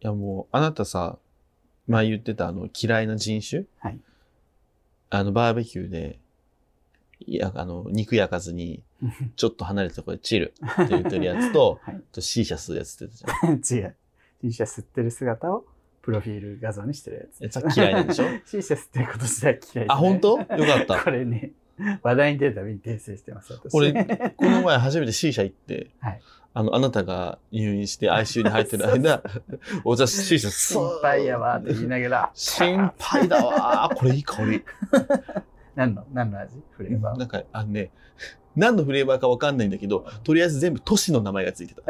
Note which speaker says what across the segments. Speaker 1: いやもう、あなたさ、前言ってたあの嫌いな人種
Speaker 2: はい、
Speaker 1: あの、バーベキューで、いや、あの、肉焼かずに、ちょっと離れたところでチルって言ってるやつと
Speaker 2: はい
Speaker 1: ちょっと C 社吸うやつって言ってたじゃん。
Speaker 2: 違う。C 社吸ってる姿をプロフィール画像にしてる
Speaker 1: え
Speaker 2: や
Speaker 1: さ
Speaker 2: つ。
Speaker 1: っき嫌いなんでし ょ
Speaker 2: C 社吸ってること自体嫌い、
Speaker 1: あ、本当よかった。
Speaker 2: これね、話題に出るたびに訂正してます、私。
Speaker 1: 俺この前初めて C 社行って、
Speaker 2: はい
Speaker 1: あの、あなたが入院して ICU に入ってる間、お茶 C 社吸
Speaker 2: 心
Speaker 1: う、
Speaker 2: 配やわって言いながら
Speaker 1: 心配だわー。これいい香り。
Speaker 2: 何の、何の味フレーバ ー
Speaker 1: なんか、あのね、何のフレーバーかわかんないんだけど、とりあえず全部都市の名前がついてた。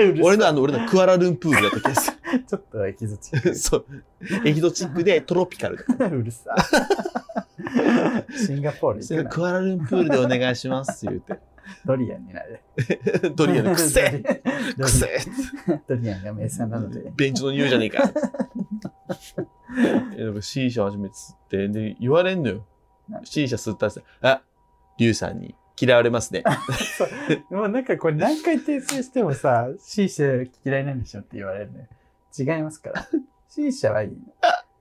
Speaker 2: うる
Speaker 1: 俺のあの、俺のクアラルンプールだった気がす
Speaker 2: さいちょっとエキゾチッ
Speaker 1: る。そう。エキゾチックでトロピカルだ。
Speaker 2: ク。うるさい。シンガポール
Speaker 1: そ
Speaker 2: 行
Speaker 1: れ
Speaker 2: くな
Speaker 1: クアラルンプールでお願いしますって言
Speaker 2: ドリアンになる。
Speaker 1: うて。ドリアンのくせえ く
Speaker 2: ドリ
Speaker 1: せえ
Speaker 2: ドリアンが名産なので。
Speaker 1: ベンチの匂いじゃねえ か。えなんか C 社初めて吸って、で、言われんのよ
Speaker 2: なん。
Speaker 1: C 社吸ったらさ、あ、リュウさんに嫌われますね。
Speaker 2: もうなんかこれ何回訂正してもさ、C 社嫌いなんでしょって言われるね。違いますから。C 社はいいの。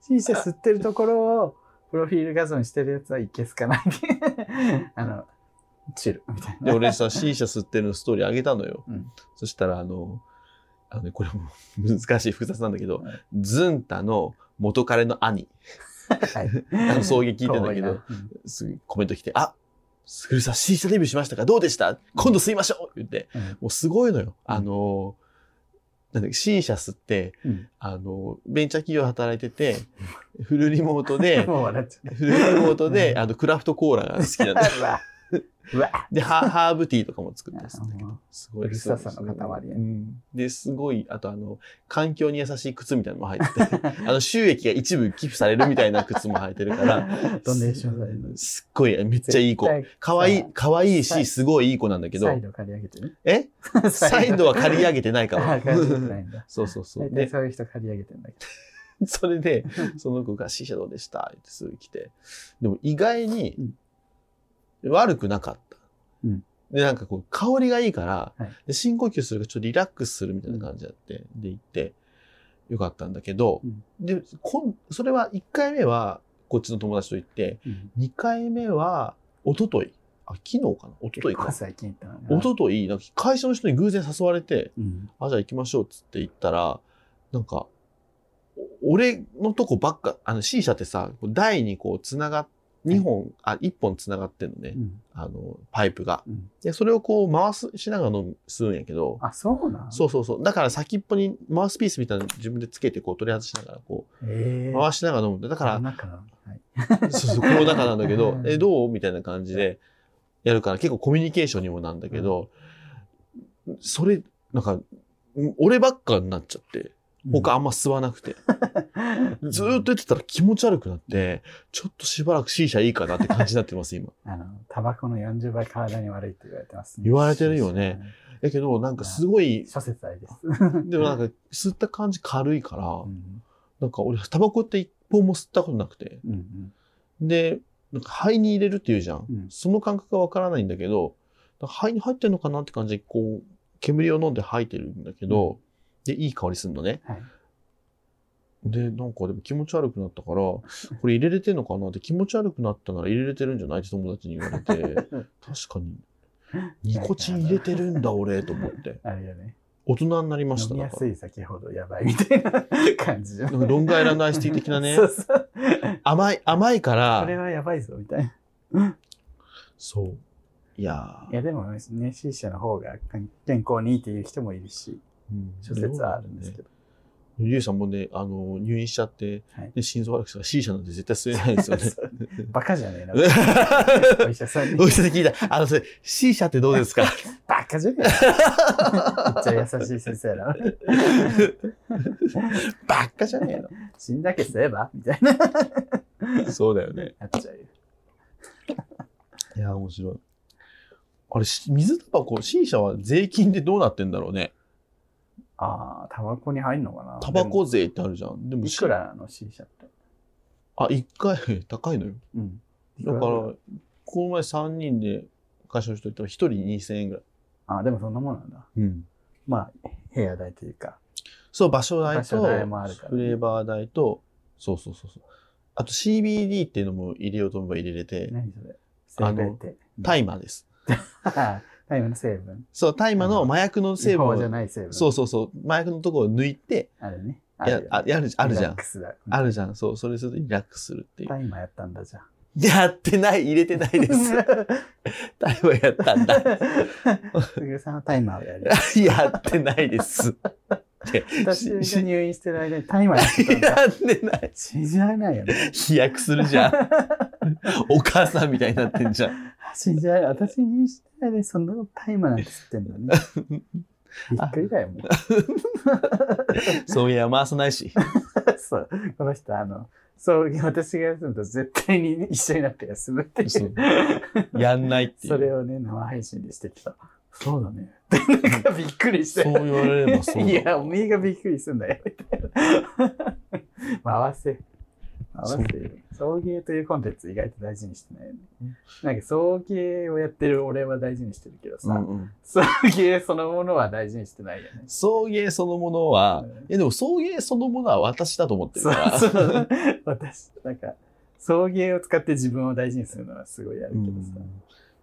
Speaker 2: C 社吸ってるところをプロフィール画像にしてるやつはいけすかない。 あの、チルみたい
Speaker 1: で、
Speaker 2: な。
Speaker 1: 俺さ、C 社吸ってるのストーリーあげたのよ。
Speaker 2: うん
Speaker 1: そしたら、あの、あのね、これも難しい、複雑なんだけど、
Speaker 2: はい
Speaker 1: ズンタの元彼の兄、 あの、送迎聞いてんだけど、
Speaker 2: 遠いな
Speaker 1: すぐコメント来て、あスクルさん C 社デビューしましたかどうでした今度吸いましょう言って、
Speaker 2: うん
Speaker 1: もうすごいのよ。あの、なんだっけ、C 社吸って、
Speaker 2: うん
Speaker 1: あの、ベンチャー企業で働いてて、フルリモート で、
Speaker 2: もう笑っちゃ
Speaker 1: フルリモートで
Speaker 2: う、
Speaker 1: あの、クラフトコーラが好きなん だ。
Speaker 2: う。うわ。うわ。
Speaker 1: で、ハハーブティーとかも作ってます。
Speaker 2: も
Speaker 1: すごい。
Speaker 2: うるささの塊や
Speaker 1: うん。で、すごい、あとあの、環境に優しい靴みたいなのも入ってて、 あの、収益が一部寄付されるみたいな靴も履いてる
Speaker 2: う
Speaker 1: から、
Speaker 2: ドネーションされるの。
Speaker 1: すっごい、めっちゃいい子。
Speaker 2: 絶対
Speaker 1: かわいい、かわいい
Speaker 2: サイ
Speaker 1: し、すごいいい子なんだけど
Speaker 2: サ、イド借り上げてね。
Speaker 1: えサイドは借り上
Speaker 2: げ
Speaker 1: げてないかも
Speaker 2: あ、。借り上げてないんだ。
Speaker 1: そうそうそう。
Speaker 2: 大体
Speaker 1: で、
Speaker 2: そういう人借り上げてんだけど。
Speaker 1: それで、その子が C 社どうでしたってすぐ来て。でも意外に悪くなかった。
Speaker 2: うん
Speaker 1: で、なんかこう、香りがいいから、
Speaker 2: はい
Speaker 1: で深呼吸するからちょっとリラックスするみたいな感じだって、で行って、よかったんだけど、
Speaker 2: うん
Speaker 1: で、こんそれは1回目はこっちの友達と行って、
Speaker 2: うん
Speaker 1: 2回目は一昨日あ、昨日かな一昨日
Speaker 2: 結構
Speaker 1: か。
Speaker 2: 最近行ったのね
Speaker 1: 一昨日なんか会社の人に偶然誘われて、
Speaker 2: うん
Speaker 1: あ、じゃあ行きましょうっつって行ったら、なんか、お俺のとこばっか、あの C 社ってさ、こう台にこうつながっ、2本、あ、1本つながってんのね、
Speaker 2: うん
Speaker 1: あの、パイプが。
Speaker 2: うん
Speaker 1: で、それをこう回す、しながら飲む、吸うんやけど、
Speaker 2: あ、そうなん
Speaker 1: そうそうそう。だから先っぽにマウスピースみたいなの自分でつけて、こう取り外しながら、こう、
Speaker 2: ええ。
Speaker 1: 回しながら飲むんだ。だか
Speaker 2: あ
Speaker 1: ら、
Speaker 2: 中なのはい、
Speaker 1: そうそう、コロナ禍なんだけどえ、どうみたいな感じでやるから、結構コミュニケーションにもなんだけど、それ、なんか、俺ばっかになっちゃって。僕あんま吸わなくて。
Speaker 2: うん
Speaker 1: ずーっとやってたら気持ち悪くなって、ちょっとしばらく C 社いいかなって感じになってます、今。
Speaker 2: あの、タバコの40倍体に悪いって言われてますね
Speaker 1: 言われてるよね。だけど、なんかすごい、
Speaker 2: 諸説ありです。
Speaker 1: でもなんか吸った感じ軽いから、
Speaker 2: うん
Speaker 1: なんか俺、タバコって一本も吸ったことなくて。
Speaker 2: うんうん
Speaker 1: で、なんか肺に入れるっていうじゃん。
Speaker 2: うん
Speaker 1: その感覚がわからないんだけど、なんか肺に入ってんのかなって感じで、こう、煙を飲んで吐いてるんだけど、で、いい香りするのね。
Speaker 2: はい
Speaker 1: で、なんかでも気持ち悪くなったから、これ入れれてんのかなって気持ち悪くなったなら入れれてるんじゃないって友達に言 われて、確かに、ニコチン入れてるんだ俺と思って、
Speaker 2: あれよね。
Speaker 1: 大人になりまし
Speaker 2: 飲
Speaker 1: た
Speaker 2: み
Speaker 1: だ
Speaker 2: や
Speaker 1: か
Speaker 2: す
Speaker 1: ら。
Speaker 2: い酒ほどやばいみたいな感じじゃん
Speaker 1: なんかロングアイランドアイスティー的なね
Speaker 2: そうそう。
Speaker 1: 甘い、甘いか
Speaker 2: これ
Speaker 1: ら、
Speaker 2: はやばいぞみたいな。
Speaker 1: そう。いや
Speaker 2: い
Speaker 1: ー、
Speaker 2: やでもね、C 社の方が健康にいいっていう人もいるし、
Speaker 1: うん
Speaker 2: 諸説はあるんですけど。
Speaker 1: リュウさんもね、あの、入院しちゃって、
Speaker 2: はい
Speaker 1: で心臓悪くしたら C 社なんて絶対吸えないですよ ね。
Speaker 2: バカじゃねえな。お医者さんに
Speaker 1: お医者さんに聞いた。あの、それ、C 社ってどうです か
Speaker 2: バカじゃねえな。 めっちゃ優しい先生 だな。
Speaker 1: ばっかじゃね
Speaker 2: 死んだけすればみたいな。な
Speaker 1: えの。そうだよね。
Speaker 2: っちゃうよ。
Speaker 1: いや、面白い。あれ、し水タバコ、C 社は税金でどうなってんだろうね。
Speaker 2: ああ、タバコに入んのかな
Speaker 1: タバコ税ってあるじゃん。で
Speaker 2: でも
Speaker 1: も、
Speaker 2: いくらなの C 社って。
Speaker 1: あ、一回、高いのよ。
Speaker 2: うん。
Speaker 1: だから、この前3人で会社の人行ったら1人2000円ぐらい。
Speaker 2: ああ、でもそんなもんなんだ。
Speaker 1: うん。
Speaker 2: まあ、部屋代というか、
Speaker 1: そう、場所代
Speaker 2: 場
Speaker 1: と、
Speaker 2: 所代もあるから
Speaker 1: フ
Speaker 2: ね、
Speaker 1: レーバー代と、そうそうそうそう。あと CBD っていうのも入れようと思えば入れれて、
Speaker 2: 何それ
Speaker 1: あの
Speaker 2: 成分って。
Speaker 1: 大麻です。
Speaker 2: 麻。大麻の成分。
Speaker 1: そう、大麻の麻薬の成分
Speaker 2: 違法じゃ
Speaker 1: を、
Speaker 2: ない成分。
Speaker 1: そうそうそう、麻薬のところを抜いて、
Speaker 2: あるね。
Speaker 1: いやあやるあるじゃん
Speaker 2: リラックスだ
Speaker 1: あるじゃん、そう、それするとリラックスするっていう。
Speaker 2: 大麻やったんだじゃん。
Speaker 1: やってない、入れてないです。大麻やったんだ。
Speaker 2: すぐるさんは大麻をやる。
Speaker 1: やってないです。
Speaker 2: 私が入院してる間に大麻やってたんだ。
Speaker 1: やって ない。
Speaker 2: 信じられないよね。
Speaker 1: 飛躍するじゃん。お母さんみたいになってんじゃん。
Speaker 2: 信じられない。私入院してる間にそんなこと大麻なんて吸ってんだ ね。びっくりだよ、もう。
Speaker 1: そういや、回さないし。
Speaker 2: そう、 この人、あの、そう、私が休むと絶対に一緒になって休むってい
Speaker 1: そう
Speaker 2: う。
Speaker 1: やんないっていう。
Speaker 2: それをね、生配信でしてきた。そうだね。でなんかびっくりして。
Speaker 1: そう言われればそうだ
Speaker 2: いや、おめえがびっくりすんだよ、みたいな。回 せ。回せよ。送迎というコンテンツ意外と大事にしてないよね。なんか送迎をやってる俺は大事にしてるけど
Speaker 1: う
Speaker 2: さ
Speaker 1: ん、うん
Speaker 2: 送迎そのものは大事にしてないよね。
Speaker 1: 送迎そのものは、いやでも送迎そのものは私だと思ってる
Speaker 2: そ
Speaker 1: か
Speaker 2: う
Speaker 1: ら。
Speaker 2: そう。私、なんか、送迎を使って自分を大事にするのはすごいあ
Speaker 1: う
Speaker 2: るけ
Speaker 1: ん
Speaker 2: どさ、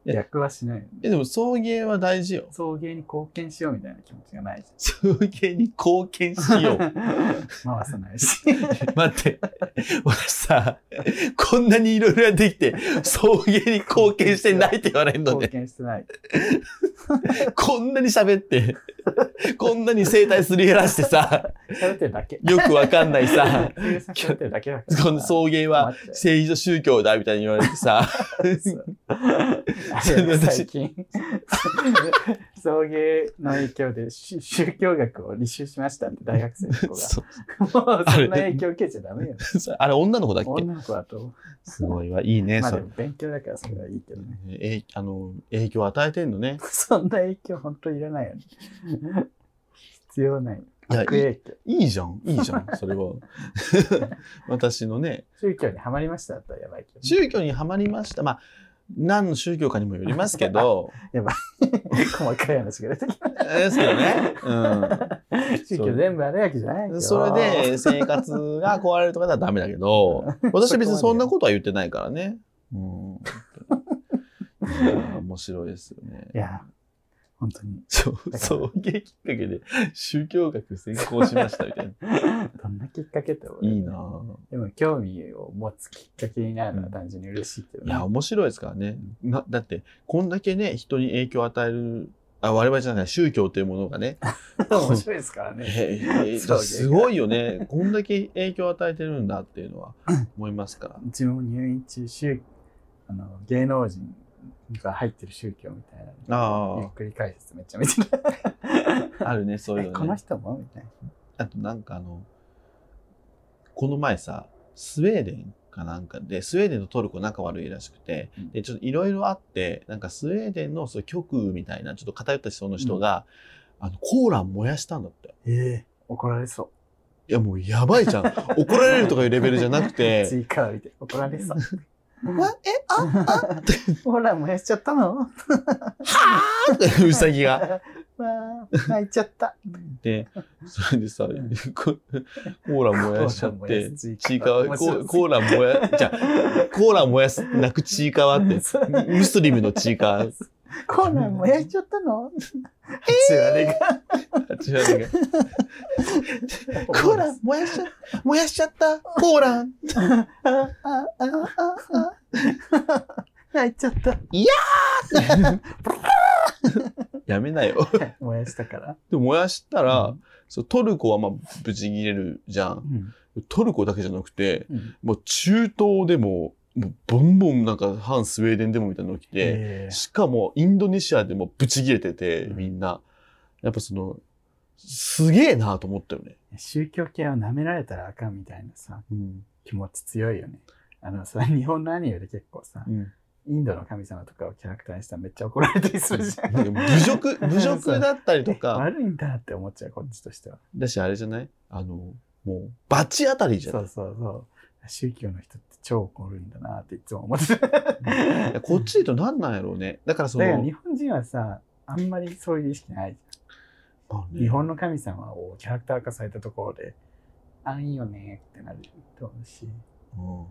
Speaker 2: 逆はしないよね。
Speaker 1: えでも送迎は大事よ。
Speaker 2: 送迎に貢献しようみたいな気持ちがないじ
Speaker 1: 送迎に貢献
Speaker 2: ゃん。
Speaker 1: しよう。
Speaker 2: 回さないし。
Speaker 1: 待って、私さ、こんなにいろいろやってきて、送迎に貢献してないって言われるの
Speaker 2: 貢
Speaker 1: ね。
Speaker 2: 献してない。
Speaker 1: こんなに喋って、こんなに整体すり減らしてさ、
Speaker 2: 喋ってるだけ。
Speaker 1: よくわかんないさ、
Speaker 2: 喋ってるだけだから。
Speaker 1: この送迎は
Speaker 2: 困っちゃ う
Speaker 1: 政治と宗教だみたいに言われてさ、
Speaker 2: そうあれ最近、送迎の影響で宗宗教学を履修しましたって大学生の子が。
Speaker 1: そ
Speaker 2: もうそんな影響受けちゃダメよ。
Speaker 1: あれ女の子だっけ
Speaker 2: 女の子だと。
Speaker 1: すごいわ、いいね、
Speaker 2: まあ
Speaker 1: そ
Speaker 2: で
Speaker 1: れ
Speaker 2: も。勉強だからそれはいいけどね。
Speaker 1: えいあの影響を与えてんのね。
Speaker 2: そんな影響本当いらないよね。必要ない。
Speaker 1: いや
Speaker 2: 悪影響。
Speaker 1: いいじゃん、いいじゃん、それは。 私のね、
Speaker 2: 宗教にはまりましただったらやばいけどね。
Speaker 1: 宗教にはまりました。まあ、何の宗教かにもよりますけ ど、
Speaker 2: 細かい話が出 てきた。
Speaker 1: ですけどね。
Speaker 2: 宗教全部あるわけじゃないけ
Speaker 1: う
Speaker 2: ど。
Speaker 1: ん。それで生活が壊れるとかだったらダメだけど、私は別にそんなことは言ってないからね。うん。 いや面白いですよね。
Speaker 2: いや、本当に。
Speaker 1: そう、そう、芸きっかけで宗教学専攻しましたみたいな。
Speaker 2: どんなきっかけって 俺
Speaker 1: いいなぁ。
Speaker 2: でも興味を持つきっかけになるのは単純に嬉しいけど
Speaker 1: い
Speaker 2: ね。
Speaker 1: や、面白いですからね。なだって、こんだけね、人に影響を与える、あ我々じゃない、宗教というものが ね、
Speaker 2: 面白いですからね。
Speaker 1: へへ
Speaker 2: そうね
Speaker 1: すごいよね。こんだけ影響を与えてるんだっていうのは 思いますから。
Speaker 2: 自分も入院中、宗あの芸能人が入ってる宗教みたいなのゆ
Speaker 1: あ
Speaker 2: っくり解説めっちゃ見てた。
Speaker 1: あ、あるね、そういう
Speaker 2: えこ
Speaker 1: の
Speaker 2: の
Speaker 1: ね。
Speaker 2: 人もみたいな。
Speaker 1: あとなんかあの、この前さ、スウェーデンかなんかで、スウェーデンとトルコ仲悪いらしくて、
Speaker 2: うん
Speaker 1: で、ちょっといろいろあって、なんかスウェーデンのそういう極右みたいな、ちょっと偏った思想の人が、あの、コーラン燃やしたんだって。
Speaker 2: ええ怒られそう。
Speaker 1: いやもうやばい じゃん。怒られるとかいうレベルじゃなくて、
Speaker 2: 次から見て怒られ そう。
Speaker 1: わえ、
Speaker 2: ほら、燃やしちゃったのわ
Speaker 1: あってうさぎが。
Speaker 2: あ、泣いちゃった。
Speaker 1: で、それでさ、ココーラ燃やしちゃ
Speaker 2: ほ
Speaker 1: っ
Speaker 2: ら燃や
Speaker 1: て
Speaker 2: す、ちい
Speaker 1: ちいかわ、コーコー
Speaker 2: ラ
Speaker 1: ラ燃や、じゃあコーラ燃やす、泣くちいかわって、ムスリムのちいかわ、
Speaker 2: コーラ燃やしちゃったのえ割が。
Speaker 1: 違う違うコーラ燃やしちゃ、燃やしちゃった、コーラン。
Speaker 2: あああああ 泣いちゃ った。
Speaker 1: やめなよ。
Speaker 2: 燃やしたから。
Speaker 1: で燃やしたら、
Speaker 2: うん
Speaker 1: そうトルコはまあ、無事切れるじゃん。トルコだけじゃなくて、もう中東でも、もうボンボンなんか反スウェーデンでもみたいなの起きて、
Speaker 2: え
Speaker 1: しかもインドネシアでもブチ切れてて、
Speaker 2: うん
Speaker 1: みんな。やっぱその、すげえなと思ったよね。
Speaker 2: え宗教系を舐められたらあかんみたいなさ、気持ち強いよね。あのさ、 日本のアニメで結構さ、インドの神様とかをキャラクターにしたらめっちゃ怒られたりするじゃん。
Speaker 1: なんか侮 辱、侮辱だったりと
Speaker 2: え
Speaker 1: か、
Speaker 2: 悪いんだって思っちゃう、こっちとしては。
Speaker 1: だしあれじゃないあの、もう、バチ当たりじゃ
Speaker 2: そ
Speaker 1: ん。
Speaker 2: うそうそう。宗教の人って超怒るん だなっていつも思ってた。
Speaker 1: いやこっちでとなんなんやろうね。だからそ
Speaker 2: だから
Speaker 1: の
Speaker 2: 日、本人はさ、あんまりそういう意識ないじ
Speaker 1: まあね
Speaker 2: 日本の神様をキャラクター化されたところで、あいいよねってなると思うし、
Speaker 1: うん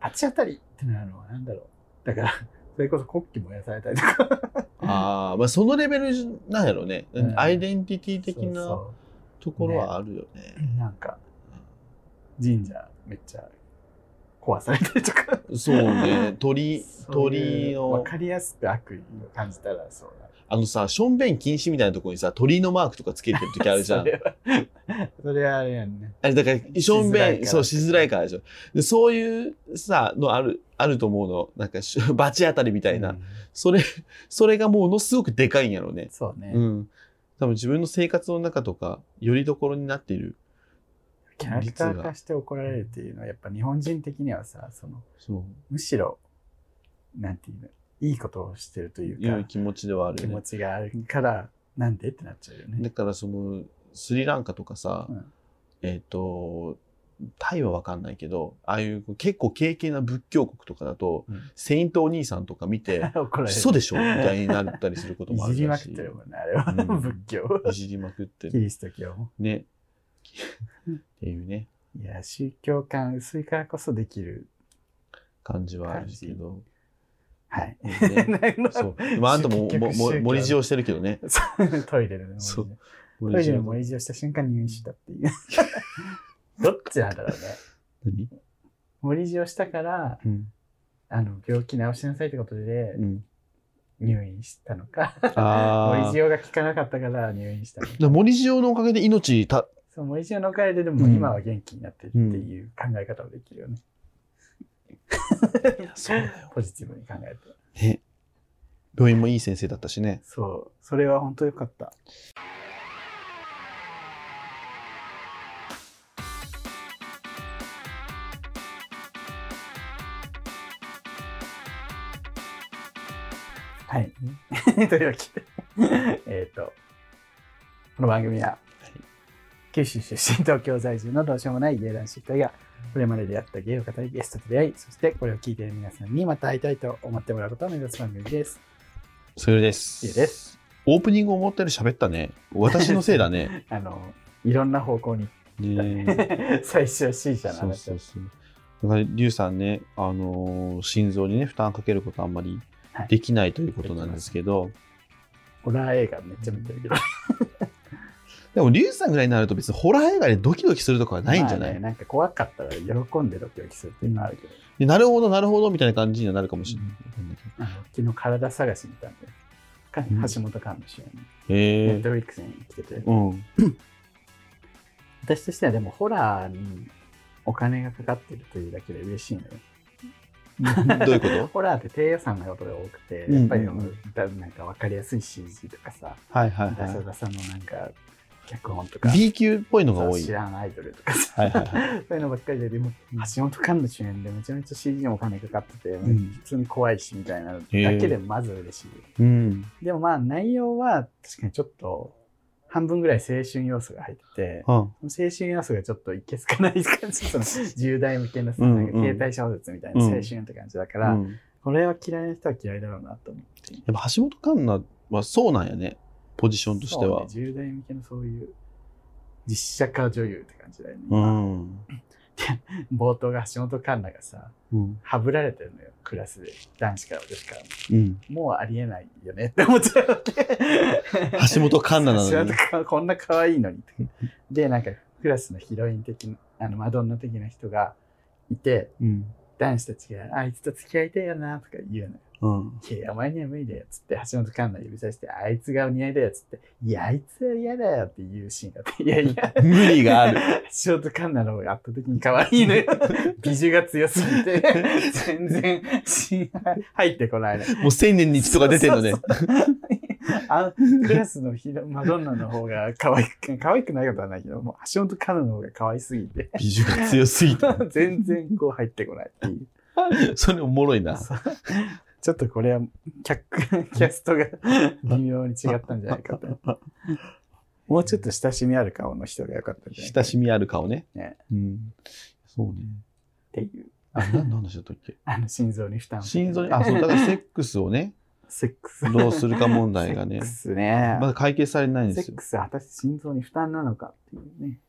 Speaker 2: あっち当たりってなるのはなんだろう。だから、 それこそ国旗燃やされたりとか。
Speaker 1: ああまあそのレベルじゃなんやろうね、
Speaker 2: うん
Speaker 1: アイデンティティ的
Speaker 2: そう
Speaker 1: な
Speaker 2: そ
Speaker 1: ところはあるよね
Speaker 2: うなんか、神社めっちゃ壊されたりとか。
Speaker 1: そう ね鳥
Speaker 2: そうい
Speaker 1: 鳥
Speaker 2: う
Speaker 1: の
Speaker 2: わかりやすく悪意を感じたらそうなる。
Speaker 1: あのさしょんべん禁止みたいなところにさ鳥のマークとかつけてる時あるじゃん
Speaker 2: それは、 それはあれやんね。
Speaker 1: あれだから、しょん
Speaker 2: しづらい
Speaker 1: べ
Speaker 2: か
Speaker 1: ん、
Speaker 2: ら
Speaker 1: そう、しづらいからでしょ。でそういうさ、のある、あると思うの。なんかし、バチ当たりみたいな。
Speaker 2: うん
Speaker 1: それ、 それがものすごくでかいんやろうね。
Speaker 2: そうね。
Speaker 1: うん。多分自分の生活の中とか、よりどころになっている。
Speaker 2: キャラクター化して怒られるっていうのは、やっぱ日本人的にはさ、その、
Speaker 1: そう。
Speaker 2: むしろ、なんていうの、いいことをしてるとい
Speaker 1: いうう
Speaker 2: か、
Speaker 1: 気持ちではある
Speaker 2: 気
Speaker 1: よね
Speaker 2: 持。ちがあるから、なんでってなっちゃうよね。
Speaker 1: だから、その、スリランカとかさ、
Speaker 2: うん
Speaker 1: えっ、と、タイはわかんないけど、ああいう結構経験な仏教国とかだと、
Speaker 2: うん
Speaker 1: セイントお兄さんとか見 て、
Speaker 2: 怒られる。
Speaker 1: そうでしょみたいになったりすることもあ
Speaker 2: い
Speaker 1: る
Speaker 2: じり
Speaker 1: ら
Speaker 2: ま
Speaker 1: し
Speaker 2: く
Speaker 1: い。
Speaker 2: ってるもんね、あれは。
Speaker 1: うん
Speaker 2: 仏教。
Speaker 1: いじりまくって
Speaker 2: キ
Speaker 1: る。
Speaker 2: リスト教も。
Speaker 1: ね。
Speaker 2: うん
Speaker 1: っていうね、
Speaker 2: いや、宗教観薄いからこそできる。
Speaker 1: 感じはあるけど。
Speaker 2: はい。
Speaker 1: ね そう。まあ、あとも、も、も、森
Speaker 2: 字を
Speaker 1: 塩してるけどね。
Speaker 2: トイレでね。
Speaker 1: そう
Speaker 2: 森塩ト
Speaker 1: 森
Speaker 2: イ
Speaker 1: 塩。
Speaker 2: レで森字をした瞬間入院したっていう。 どっちなんだろうね。
Speaker 1: 何
Speaker 2: 森字をしたから、
Speaker 1: うん。
Speaker 2: あの、病気治しなさいってことで
Speaker 1: うん。
Speaker 2: 入院したのか。
Speaker 1: あー
Speaker 2: 森字用が効かなかったから入院したのか。
Speaker 1: だ森塩のおかげで命た、
Speaker 2: そう、森字用のおかげででも
Speaker 1: うん
Speaker 2: 今は元気になってるっていう考え方もできるよね。
Speaker 1: そうだよ。
Speaker 2: ポジティブに考えて。
Speaker 1: ね。病院もいい先生だったしね。
Speaker 2: そう、それは本当良かった。はい。というわ けで、 えっと、この番組は、九州出身、東京在住のどうしようもない芸男子2人が、これまで出会った芸を語り、ゲストと出会い、そしてこれを聞いている皆さんにまた会いたいと思ってもらうことを目指す番組です。
Speaker 1: それです。
Speaker 2: いいです。
Speaker 1: オープニング思ったより喋ったね。私のせいだ ね。
Speaker 2: あの、いろんな方向に。
Speaker 1: ね
Speaker 2: 最初は C 社の
Speaker 1: そう
Speaker 2: 話
Speaker 1: そうそう。だから、リュウさんね、あのー心臓にね、負担かけることあんまりできないということなんですけど、
Speaker 2: ホラー映画めっちゃ見てるけど。
Speaker 1: でも、リュウさんぐらいになると別にホラー映画でドキドキするとかはないんじゃない、
Speaker 2: まあねなんか怖かったら喜んでドキドキするっていうのはあるけど、
Speaker 1: でなるほど、なるほどみたいな感じにはなるかもしれない。
Speaker 2: あの昨日体探し見たんで、か
Speaker 1: うん
Speaker 2: 橋本環の主演、
Speaker 1: へ
Speaker 2: ネ
Speaker 1: え
Speaker 2: ットフリックスに来てて、
Speaker 1: うん。
Speaker 2: 私としてはでもホラーにお金がかかってるというだけで嬉しいのよ。
Speaker 1: どういうこと
Speaker 2: ホラーって低予算なことが多くて、
Speaker 1: うん
Speaker 2: やっぱりあ
Speaker 1: うん
Speaker 2: のだなんか分かりやすい CG とかさ、
Speaker 1: はいはい
Speaker 2: ダサ
Speaker 1: は
Speaker 2: ダサのなんか脚本とか
Speaker 1: い。、B 級っぽいのが
Speaker 2: そ
Speaker 1: 多
Speaker 2: う
Speaker 1: い。
Speaker 2: 知らんアイドルとかさ、
Speaker 1: はいはいはい。
Speaker 2: そういうのばっかりで、でも、橋本環の主演でめちゃめちゃ CG もお金かかってて、
Speaker 1: ん
Speaker 2: 普通に怖いしみたいなのだ
Speaker 1: へえ
Speaker 2: けでまず嬉しい。
Speaker 1: うん。
Speaker 2: でもまあ内容は確かにちょっと半分ぐらい青春要素が入ってて、
Speaker 1: うん
Speaker 2: 青春要素がちょっといけつかない感じ、その10代向けのさ、
Speaker 1: うん
Speaker 2: なんか
Speaker 1: うん
Speaker 2: 携帯小説みたいな
Speaker 1: うん
Speaker 2: 青春って感じだか
Speaker 1: う
Speaker 2: ら、
Speaker 1: ん。
Speaker 2: これは嫌いな人は嫌いだろうなと思って。
Speaker 1: やっぱ橋本環奈はそうなんやね。ポジションとしては。う
Speaker 2: そうね10代向けのそういう実写化女優って感じだよね。
Speaker 1: ん。
Speaker 2: 冒頭が橋本環奈がさ、
Speaker 1: うん。
Speaker 2: はぶられてるのよ、クラスで。男子から女子からも。
Speaker 1: うん。
Speaker 2: もうありえないよねって思っちゃうわけ。
Speaker 1: 橋本環奈なのに。
Speaker 2: 橋本かこんな可愛いのにって。で、なんかクラスのヒロイン的な、あのマドンナ的な人がいて、
Speaker 1: うん。
Speaker 2: 男子たちが、あいつと付き合いたいよなとか言うのよ。
Speaker 1: うん。
Speaker 2: いや、お前には無理だよっつって、橋本環奈指さして、あいつがお似合いだよっつって、いや、あいつは嫌だよっていうシーンがあって、いやいや、
Speaker 1: 無理がある。
Speaker 2: ショートカンナの方が圧倒的に可愛 いのよ。美女が強すぎて、全然、し入ってこないの。
Speaker 1: もう千年に一度が出てるのね
Speaker 2: そ。うそうそう。あクラスのひろマドンナの方が可愛く、可愛くないことはないけど、もう橋本カンナの方が可愛す ぎて、
Speaker 1: 美女が強すぎて。
Speaker 2: 全然こう入ってこないってい う。
Speaker 1: それおもろいな。
Speaker 2: そうちょっとこれは、客、キャストが微妙に違ったんじゃないかと。もうちょっと親しみある顔の人が良かったんじゃないか
Speaker 1: 親しみある顔ね。
Speaker 2: ね
Speaker 1: うん。そうね。
Speaker 2: っていう。
Speaker 1: あ、な何の話だったっけ
Speaker 2: あの心臓に負担をかける
Speaker 1: 心臓に、あ、そう、だからセックスをね、
Speaker 2: セックス。
Speaker 1: どうするか問題がね
Speaker 2: セックスね。
Speaker 1: まだ解決されてないんで
Speaker 2: セ
Speaker 1: す
Speaker 2: ッ
Speaker 1: よ
Speaker 2: ク。スは果たして心臓に負担なのかっていうね。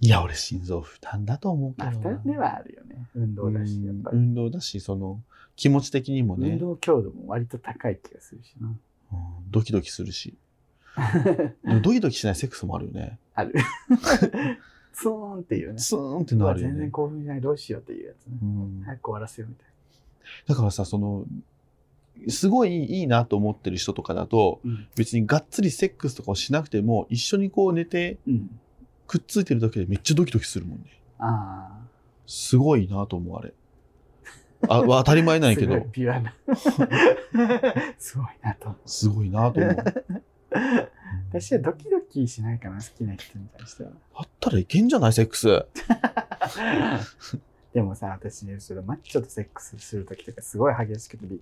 Speaker 1: いや、俺心臓負担だと思うけど
Speaker 2: まあ、
Speaker 1: な。
Speaker 2: 負担ではあるよね。運動だし、やっぱ
Speaker 1: うん
Speaker 2: り。
Speaker 1: 運動だし、その、気持ち的にもね、
Speaker 2: 運動強度も割と高い気がするしな。
Speaker 1: う んドキドキするし。でもドキドキしないセックスもあるよね。
Speaker 2: ある。ツーンっていうね。
Speaker 1: ツーンってなるよ
Speaker 2: 全然
Speaker 1: ね。
Speaker 2: 興奮しない、どうしようっていうやつね
Speaker 1: う。ん
Speaker 2: 早く終わらせようみたいな。
Speaker 1: だからさ、その、すごいいいなと思ってる人とかだと、
Speaker 2: うん
Speaker 1: 別にがっつりセックスとかをしなくても、一緒にこう寝て、
Speaker 2: うん。
Speaker 1: くっついてるだけでめっちゃドキドキするもんね。
Speaker 2: あ
Speaker 1: すごいなと思う、あれ。あ、わ当たり前
Speaker 2: あ。
Speaker 1: なんやけ
Speaker 2: すご
Speaker 1: ど
Speaker 2: い、ピュ アな。すごいなと思う。
Speaker 1: すごいなと思う。うん
Speaker 2: 私はドキドキしないかな、好きな人に対しては。
Speaker 1: あったらいけんじゃないセックス。
Speaker 2: でもさ、私ね、それマッチョとセックスするときとか、すごい激しくてび、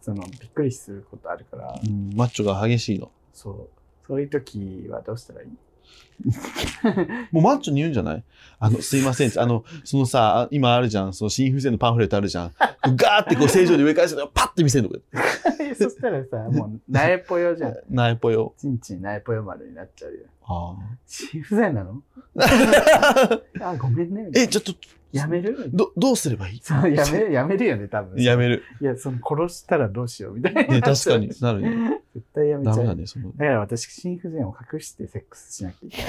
Speaker 2: その、びっくりすることあるから、
Speaker 1: うん、マッチョが激しいの。
Speaker 2: そう、そういうときはどうしたらいい
Speaker 1: もうマッチョに言うんじゃないあの、すいませんって。あの、そのさ、あ今あるじゃん。その心不全のパンフレットあるじゃん。ガーってこう正常に上からして、パッて見せるとか。
Speaker 2: そしたらさ、もう、苗ぽよじゃん。
Speaker 1: ナイポよ。
Speaker 2: ちんちん苗ぽよ丸になっちゃうよ。
Speaker 1: あ
Speaker 2: 心不全なの
Speaker 1: あ。
Speaker 2: あ、ごめんね、みたい
Speaker 1: え、
Speaker 2: な。
Speaker 1: ちょっと、
Speaker 2: やめる
Speaker 1: ど、どうすればいい
Speaker 2: そう、や める、やめるよね、多分。
Speaker 1: やめる。
Speaker 2: いや、その、殺したらどうしよう、みたいな。
Speaker 1: ね、確かに。なるね。
Speaker 2: 絶対やめちゃ
Speaker 1: ダ
Speaker 2: う。
Speaker 1: メだね、その。
Speaker 2: だから私、心不全を隠してセックスしなきゃいけない。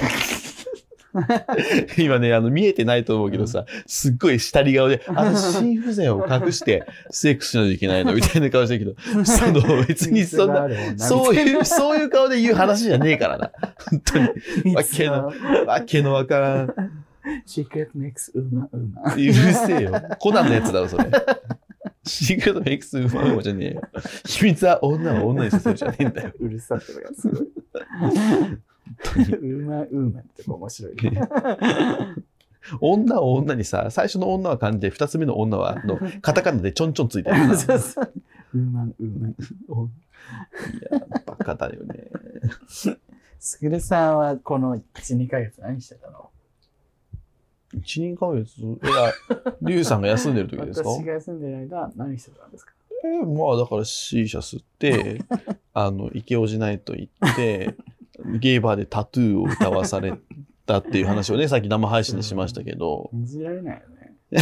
Speaker 1: 今ね、あの、見えてないと思うけどさ、すっごい下り顔で、あの、心不全を隠して、セックスしないといけないの、みたいな顔してるけど、その、別に そんな、
Speaker 2: な
Speaker 1: そういう、そういう顔で言う話じゃねえからな。本当に。
Speaker 2: う
Speaker 1: わけの。わけのわからん。
Speaker 2: シークレットメイクスウーマンウーマン。
Speaker 1: うるせえよ。コナンのやつだろ、それ。シークレットメイクスウーマンウーマンじゃねえよ。秘密は女は女にさせるじゃねえんだよ。
Speaker 2: うるささがすごい。ウーマンウーマンって面白いね。
Speaker 1: 女は女にさ、最初の女は漢字で、二つ目の女は、あの、カタカナでちょんちょんついてるよな。い
Speaker 2: そうそうウーマンウーマン。
Speaker 1: や、バカだよね。
Speaker 2: すぐるさんはこの1、2ヶ月何してたの
Speaker 1: 一、二ヶ月、いや、リュウさんが休んでる時ですか
Speaker 2: 私が休んでる間何してたんですか
Speaker 1: えーまあ、だから C 社吸って、あの、イケオジナイト行って、ゲイバーでタトゥーを歌わされたっていう話をね、さっき生配信でしましたけど、
Speaker 2: 信じられないよね。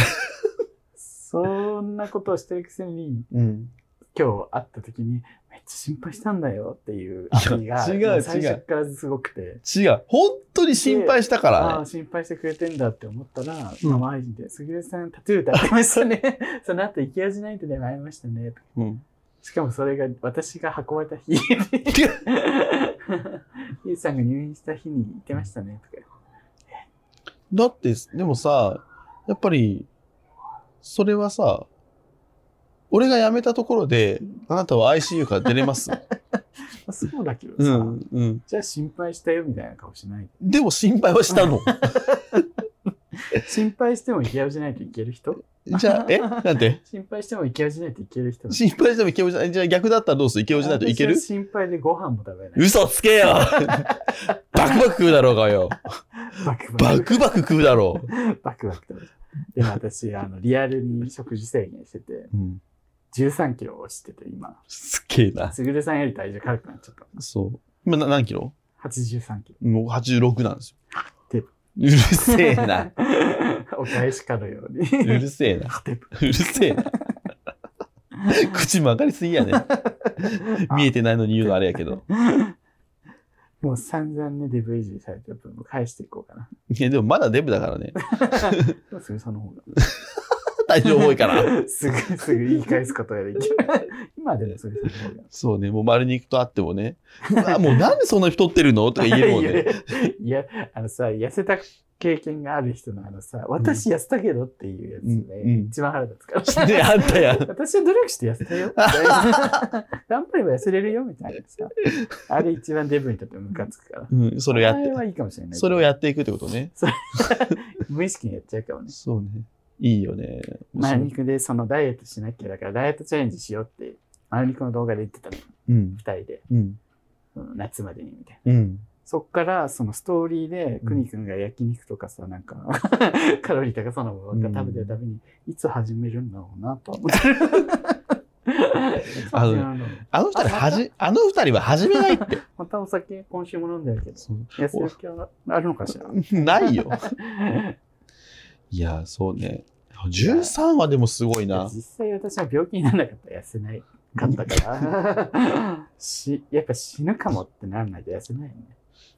Speaker 2: そんなことをしてるくせに、
Speaker 1: うん。
Speaker 2: 今日会った時に、めっちゃ心配したんだよっていう味が、
Speaker 1: いや違う
Speaker 2: 最
Speaker 1: 違
Speaker 2: 初
Speaker 1: う
Speaker 2: からすごくて。
Speaker 1: 違う。本当に心配したか
Speaker 2: あ
Speaker 1: ら
Speaker 2: あ、
Speaker 1: ね。
Speaker 2: 心配してくれてんだって思ったら、
Speaker 1: うん
Speaker 2: 生配信で、すぐるさん、タトゥー歌ってましたね。 その後、行き味ないとで会いましたね。
Speaker 1: うん。
Speaker 2: しかもそれが、私が運ばれた日に、ゆうさんが入院した日に行ってましたね。とか。
Speaker 1: だって、でもさ、やっぱり、それはさ、俺が辞めたところで、あなたは ICU から出れます。
Speaker 2: まあそうだけど
Speaker 1: う
Speaker 2: さ、
Speaker 1: ん、うん。
Speaker 2: じゃあ心配したよみたいな顔しない。
Speaker 1: でも心配はした の。
Speaker 2: 心配しても行き味ないといける人
Speaker 1: じゃあ、えなんて
Speaker 2: 心配しても行き味ないといける人
Speaker 1: 心配してもイケオジない。じゃあ逆だったらどうするイケオジないといける
Speaker 2: 私は心配でご飯も食べない。
Speaker 1: 嘘つ けよバクバク食うだろうがよ。
Speaker 2: バクバ
Speaker 1: バ
Speaker 2: ク。
Speaker 1: クバク食うだろ
Speaker 2: バクバク食べる。でも私、あの、リアルに食事制限してて、
Speaker 1: う。うん。
Speaker 2: 13キロ落ちてて今
Speaker 1: すっげえな。
Speaker 2: すぐるさんより体重軽くなっちゃった
Speaker 1: そう。今な何キロ
Speaker 2: 83キロ
Speaker 1: もう86なんです
Speaker 2: で
Speaker 1: よ。うるせえな。
Speaker 2: お返しかのように
Speaker 1: うるせえな。
Speaker 2: 勝てる
Speaker 1: うるせえ な。口曲がりすぎやね。見えてないのに言うのあれやけ ど。
Speaker 2: もう散々ねデブイジーされた分も返していこうかない
Speaker 1: や、でもまだデブだからね。
Speaker 2: でもすぐるさんの方が
Speaker 1: 体重重いから。
Speaker 2: すぐすぐ言い返すことができる今でもすぐるさんの方が
Speaker 1: そうね、もう丸肉とあってもね。あ、もうなんでそんな太ってるのとか言えるもんね。
Speaker 2: いやあのさ痩せた経験がある人のあのさ私痩せたけどっていうやつね、
Speaker 1: うんうん
Speaker 2: 一番腹立つから
Speaker 1: ね、あんたや。
Speaker 2: 私は努力して痩せたよ。みたいな 頑張れば痩せれるよみたいなさ。あれ一番デブにとってムカつくから。
Speaker 1: うん、それをやっ
Speaker 2: あれは
Speaker 1: て。
Speaker 2: いいかもしれない。
Speaker 1: それをやっていくってことね。
Speaker 2: 無意識にやっちゃうかもね。
Speaker 1: そうね。いいよね。
Speaker 2: 丸肉でそのダイエットしなきゃだからダイエットチャレンジしようって、丸肉の動画で言ってたの。
Speaker 1: うん、
Speaker 2: 二人で、
Speaker 1: うん、
Speaker 2: うん夏までにみたいな。
Speaker 1: うん。
Speaker 2: そっからそのストーリーで、
Speaker 1: うん
Speaker 2: くにくんが焼肉とかさ、なんか、 カロリー高そうなものばっか食べてるたびに、いつ始めるんだろうなとは思ってる。
Speaker 1: あの
Speaker 2: の
Speaker 1: あの二人はじ、あの二人は始めない って。
Speaker 2: またお酒今週も飲んでるけど安焼きはあるのかしら
Speaker 1: ないよ。いや、そうね。13はでもすごいな。
Speaker 2: 実際私は病気にならなかったら痩せないかったからしやっぱ死ぬかもってならないと痩せないよね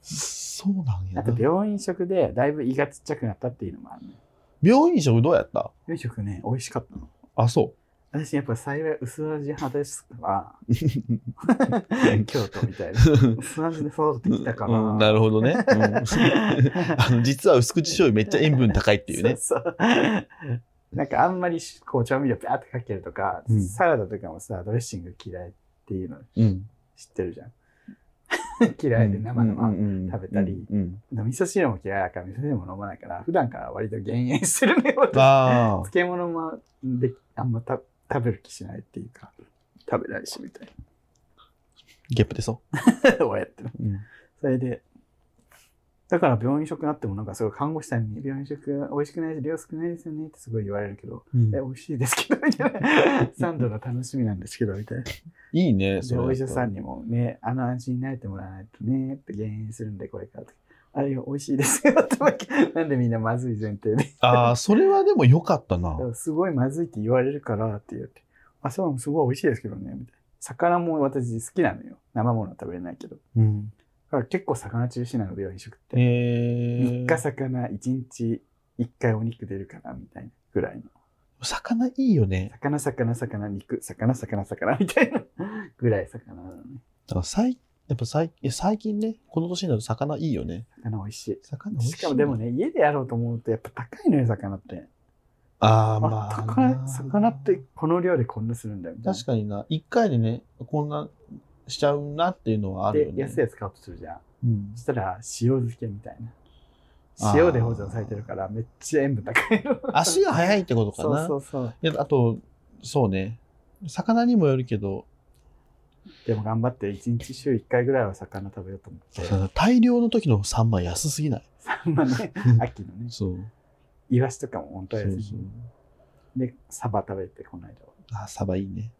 Speaker 1: そうなん
Speaker 2: あ
Speaker 1: や
Speaker 2: と
Speaker 1: な。
Speaker 2: 病院食でだいぶ胃がちっちゃくなったっていうのもあるね
Speaker 1: 病院食どうやった
Speaker 2: 病院食ね美味しかったの
Speaker 1: あ、そ
Speaker 2: 私やっぱ幸い薄味派ですから 京都みたいな
Speaker 1: う。
Speaker 2: 薄味で育ってきたから、
Speaker 1: うん、なるほど ね。うんあの実は薄口醤油めっちゃ塩分高いっていうね。
Speaker 2: そうそうなんかあんまりこう調味料バーってかけるとか、
Speaker 1: うん
Speaker 2: サラダとかもさドレッシング嫌いっていうの
Speaker 1: うん。
Speaker 2: 知ってるじゃん 嫌いで生のまま、食べたり
Speaker 1: うんうん
Speaker 2: 味噌汁も嫌いだから味噌汁も飲まないから普段から割と減塩してるね私
Speaker 1: ああ、
Speaker 2: 漬物もであんまた食べる気しないっていうか食べないしみたい
Speaker 1: ゲップでそ
Speaker 2: な 親って
Speaker 1: う。うん
Speaker 2: それでだから病院食になってもなんかすごい看護師さんに病院食美味しくないし量少ないですよねってすごい言われるけど
Speaker 1: うん
Speaker 2: え美味しいですけどみたいな サンドが楽しみなんですけどみたいな。
Speaker 1: いいね、
Speaker 2: で
Speaker 1: それ。
Speaker 2: お医者さんにもねあの味に慣れてもらわないとねって減塩するんでこれからとあれよ美味しいですよって わけなんでみんなまずい前提で
Speaker 1: ああ、それはでも良かったな。
Speaker 2: すごいまずいって言われるからって言ってあそうすごい美味しいですけどねみたいな魚も私好きなのよ生ものは食べれないけどだ
Speaker 1: うん。
Speaker 2: から結構魚中心なの病院食って
Speaker 1: え
Speaker 2: 3日
Speaker 1: ー、
Speaker 2: 魚1日1回お肉出るかなみたいなぐらいの
Speaker 1: 魚いいよね。
Speaker 2: 魚魚魚肉魚魚魚みたいなぐらい魚なのね
Speaker 1: だから最やっぱ最いや最近ね、この年になると魚いいよね。
Speaker 2: 魚美味しい
Speaker 1: 魚美味しい
Speaker 2: しかもでもね、家でやろうと思うとやっぱ高いのよ、魚って。
Speaker 1: ああ、
Speaker 2: あ、
Speaker 1: まあ
Speaker 2: 高い
Speaker 1: な。
Speaker 2: 魚ってこの量でこんなするんだよ。みたいな
Speaker 1: 確かにな、一回でね、こんなしちゃうなっていうのはあるよ
Speaker 2: で、
Speaker 1: ね。
Speaker 2: 安いやつ買おうとするじゃん。
Speaker 1: うん
Speaker 2: そしたら、塩漬けみたいな。
Speaker 1: あー
Speaker 2: 塩で保存されてるから、めっちゃ塩分高いの。
Speaker 1: 足が速いってことか
Speaker 2: そう
Speaker 1: な。
Speaker 2: そうそう。
Speaker 1: いや、あと、そうね。魚にもよるけど、
Speaker 2: でも頑張って、1日週1回ぐらいは魚食べようと思って。
Speaker 1: 大量の時のサンマ安すぎ ない。
Speaker 2: まあね
Speaker 1: う、ん
Speaker 2: 秋のね、
Speaker 1: そう。
Speaker 2: イワシとかも本当
Speaker 1: そ
Speaker 2: は
Speaker 1: う
Speaker 2: 安い
Speaker 1: そう。
Speaker 2: で、サバ食べて、この間は。
Speaker 1: あ、サバいいね。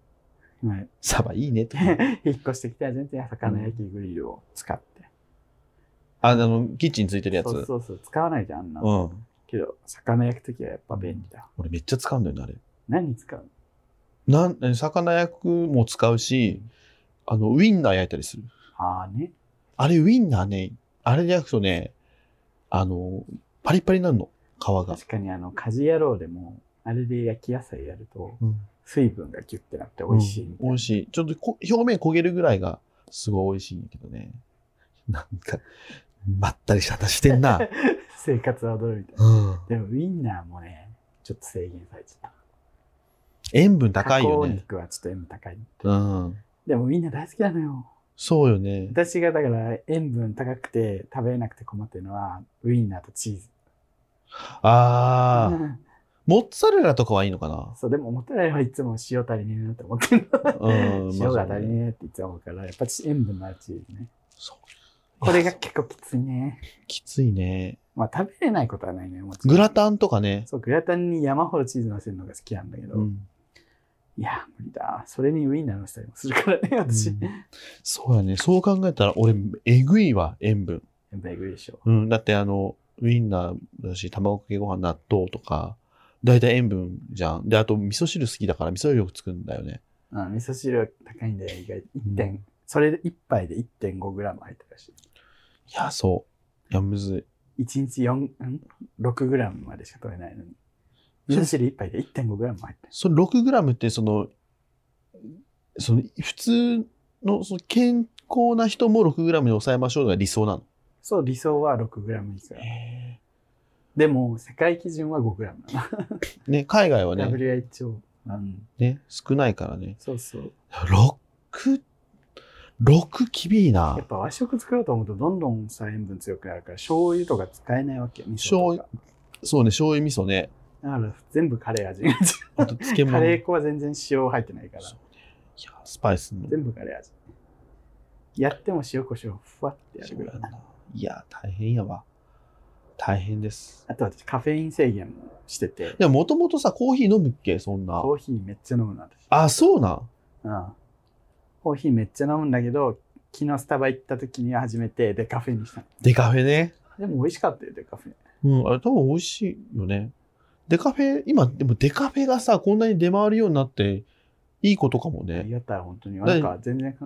Speaker 2: はい
Speaker 1: サバいいねとか。
Speaker 2: 引っ越してきたら全然魚焼きグリルを使って。
Speaker 1: あ、あの、キッチンについてるやつ。
Speaker 2: そうそうそう、使わないじゃん、あんな。
Speaker 1: うん。
Speaker 2: けど、魚焼くときはやっぱ便利だ。
Speaker 1: 俺めっちゃ使うんだよね、あれ。
Speaker 2: 何に使う
Speaker 1: なんえ魚焼くも使うし、あの、ウインナー焼いたりする。
Speaker 2: ああね。
Speaker 1: あれ、ウインナーね、あれで焼くとね、あの、パリパリになるの、皮が。
Speaker 2: 確かにあの、家事野郎でも、あれで焼き野菜やると、
Speaker 1: うん
Speaker 2: 水分がギュッてなって美味しいみたい
Speaker 1: 美
Speaker 2: な。
Speaker 1: 味しい。ちょっとこ表面焦げるぐらいがすごい美味しいんだけどね。なんか、まったりした話してん な。
Speaker 2: 生活はどうみたいな。
Speaker 1: うん、
Speaker 2: でも、ウインナーもね、ちょっと制限されちゃっ
Speaker 1: 塩分
Speaker 2: た。
Speaker 1: 高いよ
Speaker 2: 加工
Speaker 1: ね。
Speaker 2: 肉はちょっと塩分高い。
Speaker 1: うん。
Speaker 2: でも、ウインナー大好きなのよ。
Speaker 1: そうよね。
Speaker 2: 私がだから塩分高くて食べれなくて困ってるのは、ウインナーとチーズ。
Speaker 1: あ
Speaker 2: う
Speaker 1: あ、
Speaker 2: ん
Speaker 1: モッツァレラとかはいいのかな。
Speaker 2: そう、でも、思ったよりはいつも塩足りねえなって思ってる。
Speaker 1: うん、
Speaker 2: 塩が足り
Speaker 1: まあ
Speaker 2: ねえっていつも思うから、やっぱ塩分のあるチーズね。
Speaker 1: そう
Speaker 2: これが結構きついね。
Speaker 1: きついね。
Speaker 2: まあ食べれないことはないね。もちろん
Speaker 1: グラタンとかね。
Speaker 2: そう、グラタンに山ほどチーズ乗せるのが好きなんだけど、
Speaker 1: うん、
Speaker 2: いや、無理だ。それにウインナー乗せたりもするからね、私。
Speaker 1: うんそうやね。そう考えたら俺、えぐいわ、塩分。
Speaker 2: やっぱエグいでしょ。
Speaker 1: うん、だってあの、ウインナーだし、卵かけご飯、納豆とか、大体塩分じゃん。で、あと味噌汁好きだから味噌汁よく作るんだよね。
Speaker 2: うん、味噌汁は高いんだよ、意外と。
Speaker 1: うん
Speaker 2: 1点、それで1杯で 1.5g 入ってたらし
Speaker 1: いや、そう。いや、むずい。
Speaker 2: い。1日4ん 6g までしか取れないのに。味噌汁1杯で 1.5g 入ってる
Speaker 1: その 6g ってその、その普通のその健康な人も 6g に抑えましょうが理想なの。
Speaker 2: そう、理想は 6g 以下。でも、世界基準は 5g な
Speaker 1: ね、海外は
Speaker 2: の。
Speaker 1: ね
Speaker 2: WHO。うん。
Speaker 1: ね、少ないからね。
Speaker 2: そうそう。
Speaker 1: 6、6厳いな
Speaker 2: やっ。ぱ和食作ろうと思うとどんどんさ塩分強くなるから醤油とか使えないわけ味噌とか
Speaker 1: そうね、醤油、味噌ね。
Speaker 2: だから全部カレー味 カ
Speaker 1: あと漬物。
Speaker 2: レー粉は全然塩入ってないから
Speaker 1: そうね。いや、スパイスの。
Speaker 2: 全部カレー味やっても塩コショウふわってやる
Speaker 1: そう
Speaker 2: ぐ
Speaker 1: や
Speaker 2: らい
Speaker 1: んないや、大変やわ。大変です。
Speaker 2: あと私カフェイン制限もしてて
Speaker 1: でももともとさ、コーヒー飲むっけそんな。
Speaker 2: コーヒーめっちゃ飲むな私
Speaker 1: あ、そうなん。
Speaker 2: うん。コーヒーめっちゃ飲むんだけど、昨日スタバ行った時には初めてデカフェにしたの。
Speaker 1: デカフェね。
Speaker 2: でも美味しかったよ、デカフェ。
Speaker 1: うん、あれ多分美味しいよね。デカフェ、今、でもデカフェがさ、こんなに出回るようになって、いいことかも
Speaker 2: あり
Speaker 1: ね。
Speaker 2: がたい、本当に。な
Speaker 1: 何
Speaker 2: んか全然、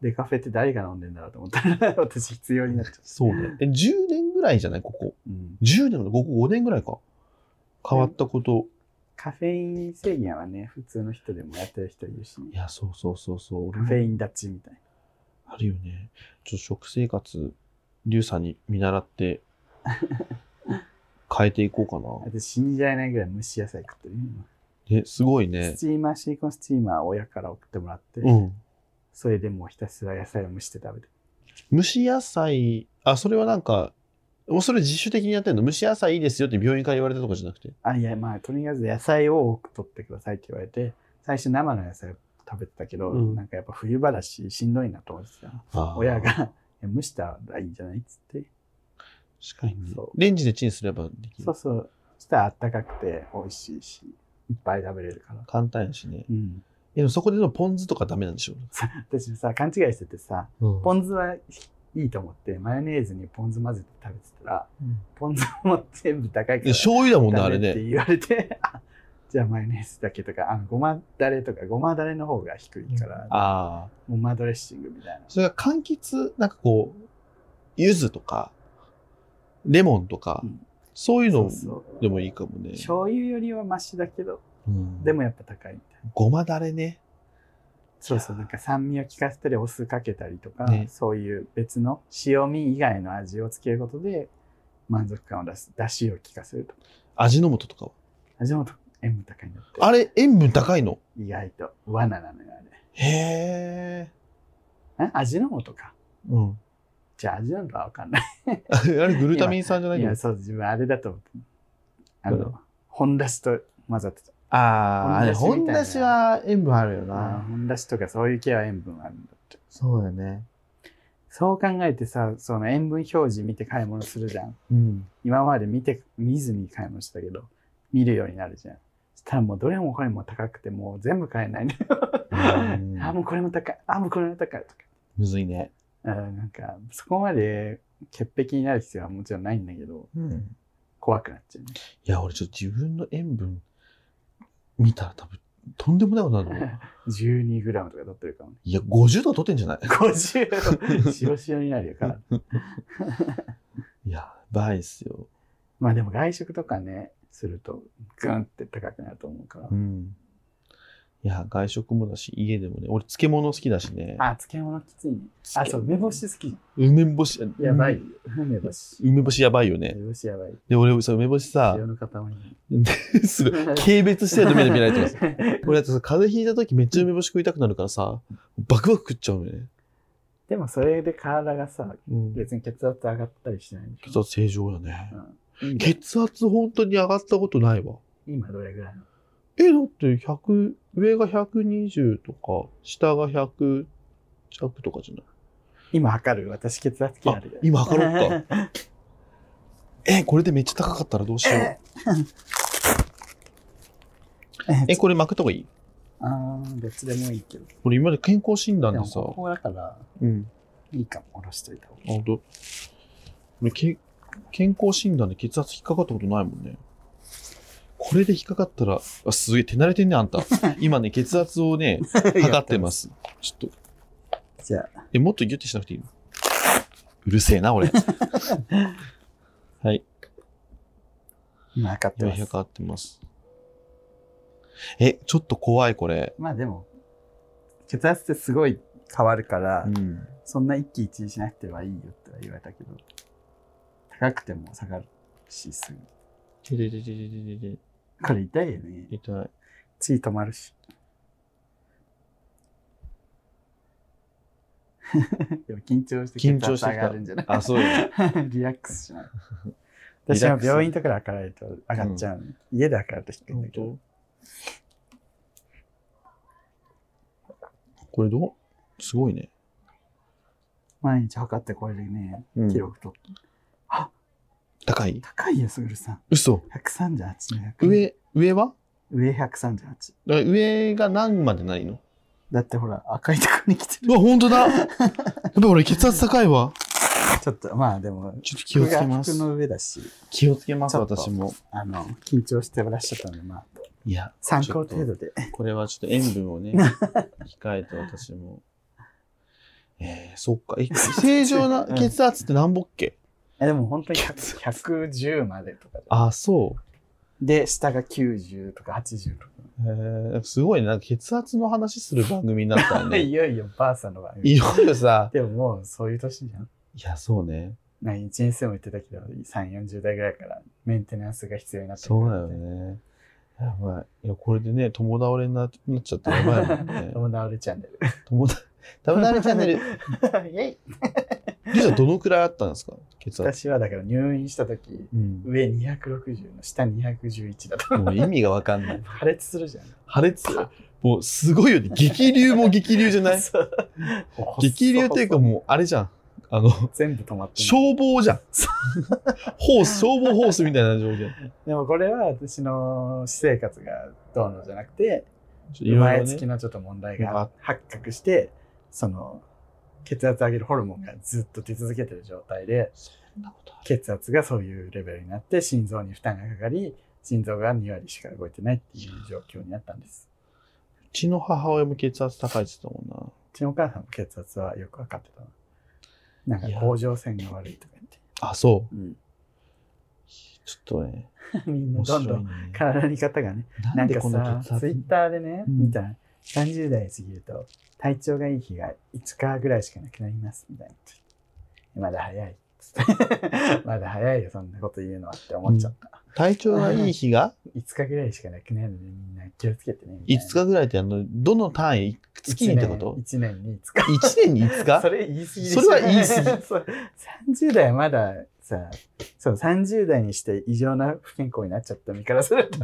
Speaker 2: デカフェって誰が飲んでんだろうと思ったら、 私必要になっちゃう。
Speaker 1: そうね。え、10年ぐらいじゃないここ。
Speaker 2: うん。
Speaker 1: 10年のここ5年ぐらいか。変わったこと。
Speaker 2: カフェイン制限はね、普通の人でもやってる人いるし、
Speaker 1: いや、そうそうそうそう。俺
Speaker 2: カ
Speaker 1: も
Speaker 2: フェイン立ちみたい
Speaker 1: あるよね。ちょっと食生活、リュウさんに見習 って、変えていこ
Speaker 2: な。
Speaker 1: う
Speaker 2: 私信じられないぐらい蒸し野菜食ってるよ、今
Speaker 1: かな。え、すごいね
Speaker 2: ス。チーマー、シリコンスチーマーを親から送ってもらって、
Speaker 1: うん。
Speaker 2: それでもうひたすら野菜を蒸して食べてる。
Speaker 1: 蒸し野菜、あ、それはなんか、もうそれ自主的にやってんの蒸し野菜いいですよって病院から言われたとかじゃなくて。
Speaker 2: あ、いや、まあ、とりあえず野菜を多く取ってくださいって言われて、最初生の野菜を食べてたけど、
Speaker 1: うん
Speaker 2: なんかやっぱ冬場だし、しんどいなと思ってた。
Speaker 1: あー
Speaker 2: 親が、いや蒸したらいいんじゃないっつって。
Speaker 1: 確かにね
Speaker 2: そう
Speaker 1: レンジでチンすればできる
Speaker 2: そう。そう。そしたらあったかくて美味しいし、いっぱい食べれるから。
Speaker 1: 簡単やしね。
Speaker 2: うん。
Speaker 1: でもそこでのポン酢とかダメなんでしょ
Speaker 2: 私さ、勘違いしててさ、
Speaker 1: うん
Speaker 2: ポン酢はいいと思って、マヨネーズにポン酢混ぜて食べてたら、ポン酢も全部高いか
Speaker 1: で
Speaker 2: ら。
Speaker 1: 醤油だもんね、
Speaker 2: ダ
Speaker 1: あ
Speaker 2: メ
Speaker 1: れ
Speaker 2: って
Speaker 1: ね。
Speaker 2: 言われて、 あじゃあマヨネーズだけとか、あのごまだれとか、ごまだれの方が低いから、
Speaker 1: ああ。
Speaker 2: ごまドレッシングみたいな。
Speaker 1: それが柑橘、なんかこう、柚子とか、レモンとか、
Speaker 2: うん
Speaker 1: そういうの
Speaker 2: そうそう
Speaker 1: でもいいかもね。
Speaker 2: 醤油よりはマシだけど、
Speaker 1: うん
Speaker 2: でもやっぱ高いみたいな。
Speaker 1: ごまだれね。
Speaker 2: そうそう、なんか酸味を効かせたり、お酢かけたりとか、
Speaker 1: ね
Speaker 2: そういう別の塩味以外の味をつけることで、満足感を出す、出汁を効かせると。
Speaker 1: 味の素とかは。
Speaker 2: 味の素塩分高いんだって。
Speaker 1: あれ、塩分高いの。
Speaker 2: 意外と罠なのよ、
Speaker 1: へえ。
Speaker 2: あれ。ん味の素か。
Speaker 1: うん。
Speaker 2: じゃあ味の素はわかんない。
Speaker 1: あれ、グルタミン酸じゃない
Speaker 2: い
Speaker 1: けど
Speaker 2: や、。そう、自分あれだと思って。あ
Speaker 1: うん
Speaker 2: の、本だしと混ざってた。
Speaker 1: ああ、あれ、
Speaker 2: ほ
Speaker 1: 本
Speaker 2: んだ
Speaker 1: だ
Speaker 2: し
Speaker 1: し
Speaker 2: みたいな
Speaker 1: は塩分あるよな。
Speaker 2: 本だしとかそういう系は塩分あるんだって。
Speaker 1: そうだよね。
Speaker 2: そう考えてさ、その塩分表示見て買い物するじゃん。
Speaker 1: うん。
Speaker 2: 今まで見て、見ずに買い物してたけど、見るようになるじゃん。そしたらもうどれもこれも高くて、もう全部買えないね。
Speaker 1: うん
Speaker 2: あ、もうこれも高い。あ、もうこれも高い。とか。
Speaker 1: むずいね。
Speaker 2: うんなんか、そこまで潔癖になる必要はもちろんないんだけど、
Speaker 1: うん。
Speaker 2: 怖くなっちゃうね。
Speaker 1: いや、俺ちょっと自分の塩分見たら多分とんでもないことにな るの。
Speaker 2: 12g とか取ってるかもね。
Speaker 1: いや、50度取ってんじゃない
Speaker 2: 50! しおしおになるよから。
Speaker 1: いや、ばいっすよ。
Speaker 2: まあでも外食とかね、するとグンって高くなると思うから。
Speaker 1: うん。いや、外食もだし、家でもね。俺、漬物好きだしね。
Speaker 2: あ、漬物きついね。あ、そう、梅干し好き。
Speaker 1: 梅干し。
Speaker 2: やばい
Speaker 1: うん。。
Speaker 2: 梅干し。
Speaker 1: 梅干しやばいよね。
Speaker 2: 梅干しやばい。
Speaker 1: で、俺、そう梅干しさ、
Speaker 2: 塩の塊。
Speaker 1: すごい、軽蔑してるの目で見られて ます。俺、だってさ風邪ひいた時めっちゃ梅干し食いたくなるからさ、バクバク食っちゃうのよね。
Speaker 2: でもそれで体がさ、
Speaker 1: うん。
Speaker 2: 別に血圧上がったりしないんでし
Speaker 1: 血
Speaker 2: ょ
Speaker 1: 圧正常やね。
Speaker 2: うんいいね
Speaker 1: 血圧本当に上がったことないわ。
Speaker 2: 今どれぐらいなの
Speaker 1: え、だって100、上が120とか、下が100弱とかじゃない
Speaker 2: 今測る私血圧計あるよ。
Speaker 1: 今測ろう
Speaker 2: か。
Speaker 1: え、これでめっちゃ高かったらどうしよう。 え、これ負けた方がいい
Speaker 2: あーどっちでもいいけど。
Speaker 1: 俺今まで健康診断
Speaker 2: で
Speaker 1: で
Speaker 2: も
Speaker 1: さ、
Speaker 2: ここだから、
Speaker 1: うん。
Speaker 2: いいかも、下ろしといた方が。
Speaker 1: あ、ほんと俺け健康診断で血圧引っかかったことないもんね。これで引っかかったら、あ、すげえ、手慣れてんね、あん た。今ね、血圧をね、測ってますす。ちょっ
Speaker 2: じゃあ、
Speaker 1: と、え、もっとギュッてしなくていいのうるせえな、 俺。はい。
Speaker 2: 今測って
Speaker 1: 今
Speaker 2: ま
Speaker 1: 100
Speaker 2: す。
Speaker 1: 合ってます。え、ちょっと怖い、これ。
Speaker 2: まあでも、血圧ってすごい変わるから、
Speaker 1: うん。
Speaker 2: そんな一喜一憂しなくてはいいよっては言われたけど、高くても下がるし、すぐ。
Speaker 1: てれれれれれれれ
Speaker 2: これ痛いよね。
Speaker 1: 痛い。
Speaker 2: 血止ま るし。でも緊張して血
Speaker 1: 緊
Speaker 2: 圧
Speaker 1: 張
Speaker 2: 上
Speaker 1: してきた
Speaker 2: がるんじゃない
Speaker 1: あ、そうよ。
Speaker 2: リラックス しない。
Speaker 1: リラックス
Speaker 2: 私は病院とかで測られると上がっちゃうの、家で測ると低いんだけど。
Speaker 1: これどうすごいね。
Speaker 2: 毎日測ってこれでね、
Speaker 1: うん
Speaker 2: 記録と、
Speaker 1: 高い
Speaker 2: 高いよ、すぐるさん。
Speaker 1: 嘘。
Speaker 2: 138の100。
Speaker 1: 上、上は
Speaker 2: 上138。
Speaker 1: だから上が何までないの
Speaker 2: だってほら、赤いとこに来てる。
Speaker 1: うわ、本当だやっぱ俺血圧高いわ。
Speaker 2: ちょっと、まあでも、
Speaker 1: ちょっと気をつけま
Speaker 2: 服
Speaker 1: す
Speaker 2: が。服の上だし、
Speaker 1: 気をつけます、
Speaker 2: ちょっと
Speaker 1: 私も。
Speaker 2: あの、緊張してらっしゃったんで、まあ、
Speaker 1: いや、
Speaker 2: 参考程度で。
Speaker 1: これはちょっと塩分をね、控えて私も。えー、そっか。え、正常な血圧って何ぼっけ
Speaker 2: えでも本当に100 110までとかで。
Speaker 1: あ、そ
Speaker 2: で、下が90とか80とか。
Speaker 1: う。えー、なんかすごいね。なんか血圧の話する番組になった
Speaker 2: で
Speaker 1: ね。
Speaker 2: いよいよばあさんの番組
Speaker 1: いろいろさ。
Speaker 2: でももうそういう年じゃん。
Speaker 1: いや、そうね。
Speaker 2: なに人生も言ってたけど、3、40代ぐらいからメンテナンスが必要になってく
Speaker 1: そうだよ
Speaker 2: るって。。
Speaker 1: ね。やばい。いや、これでね、友倒れになっなっちゃってやばいもんね
Speaker 2: 友達チャンネル。
Speaker 1: 友だ、友倒れチャンネル。
Speaker 2: イェイ
Speaker 1: リサどのくらいあったんですか血圧。
Speaker 2: 私はだから入院した時、
Speaker 1: うん。
Speaker 2: 上260の下211だと。
Speaker 1: もう意味がわかんない。
Speaker 2: 破裂するじゃん。
Speaker 1: 破裂する。もうすごいよね。激流も激流じ ゃない
Speaker 2: そう
Speaker 1: 激流っていうかもうあれじゃん。あの、
Speaker 2: 全部止まってる
Speaker 1: 消防 じゃん
Speaker 2: そ。
Speaker 1: ホース、消防ホースみたいな状況。ちょ
Speaker 2: でもこれは私の私生活がどうのじゃなくて、
Speaker 1: っとい
Speaker 2: 生
Speaker 1: ろ
Speaker 2: ま
Speaker 1: い
Speaker 2: れ
Speaker 1: ろ
Speaker 2: つき
Speaker 1: ね。
Speaker 2: のちょっと問題
Speaker 1: なん
Speaker 2: が
Speaker 1: か
Speaker 2: 発覚して、その血圧上げるホルモンがずっと出続けてる状態で、血圧がそういうレベルになって、心臓に負担がかかり、心臓が2割しか動いてないっていう状況になったんです。
Speaker 1: うちの母親も血圧高いって言ってたもんな。
Speaker 2: うちのお母さんも血圧はよく分かってたな。なん
Speaker 1: い
Speaker 2: か
Speaker 1: や
Speaker 2: 甲状腺が悪いとか言って。
Speaker 1: あ、そう。ちょっとね。
Speaker 2: みんな
Speaker 1: 面
Speaker 2: ど
Speaker 1: 白い
Speaker 2: んどん
Speaker 1: ね。
Speaker 2: 体に方がね、
Speaker 1: な
Speaker 2: なんん
Speaker 1: で
Speaker 2: か
Speaker 1: この血
Speaker 2: さ、ツイ
Speaker 1: 圧
Speaker 2: ッターでね、
Speaker 1: うん
Speaker 2: 見たら、30代過ぎると、体調がいい日が5日ぐらいしかなくなります、みたいな。まだ早いっつって。 まだ早いよ、そんなこと言うのはって思っちゃった。
Speaker 1: 体調がいい日が
Speaker 2: 5日ぐらいしかなくなるので、みんな気をつけてね。み
Speaker 1: 5
Speaker 2: た
Speaker 1: 日
Speaker 2: いな
Speaker 1: ぐらいってあの、どの単位月にってこと
Speaker 2: 一年 ?1 年に5
Speaker 1: 1年に5
Speaker 2: 日。
Speaker 1: 日
Speaker 2: それ言い過ぎでし
Speaker 1: そ
Speaker 2: ょ
Speaker 1: れは言い過
Speaker 2: そう30代はまださ、そう、30代にして異常な不健康になっちゃった身からすると、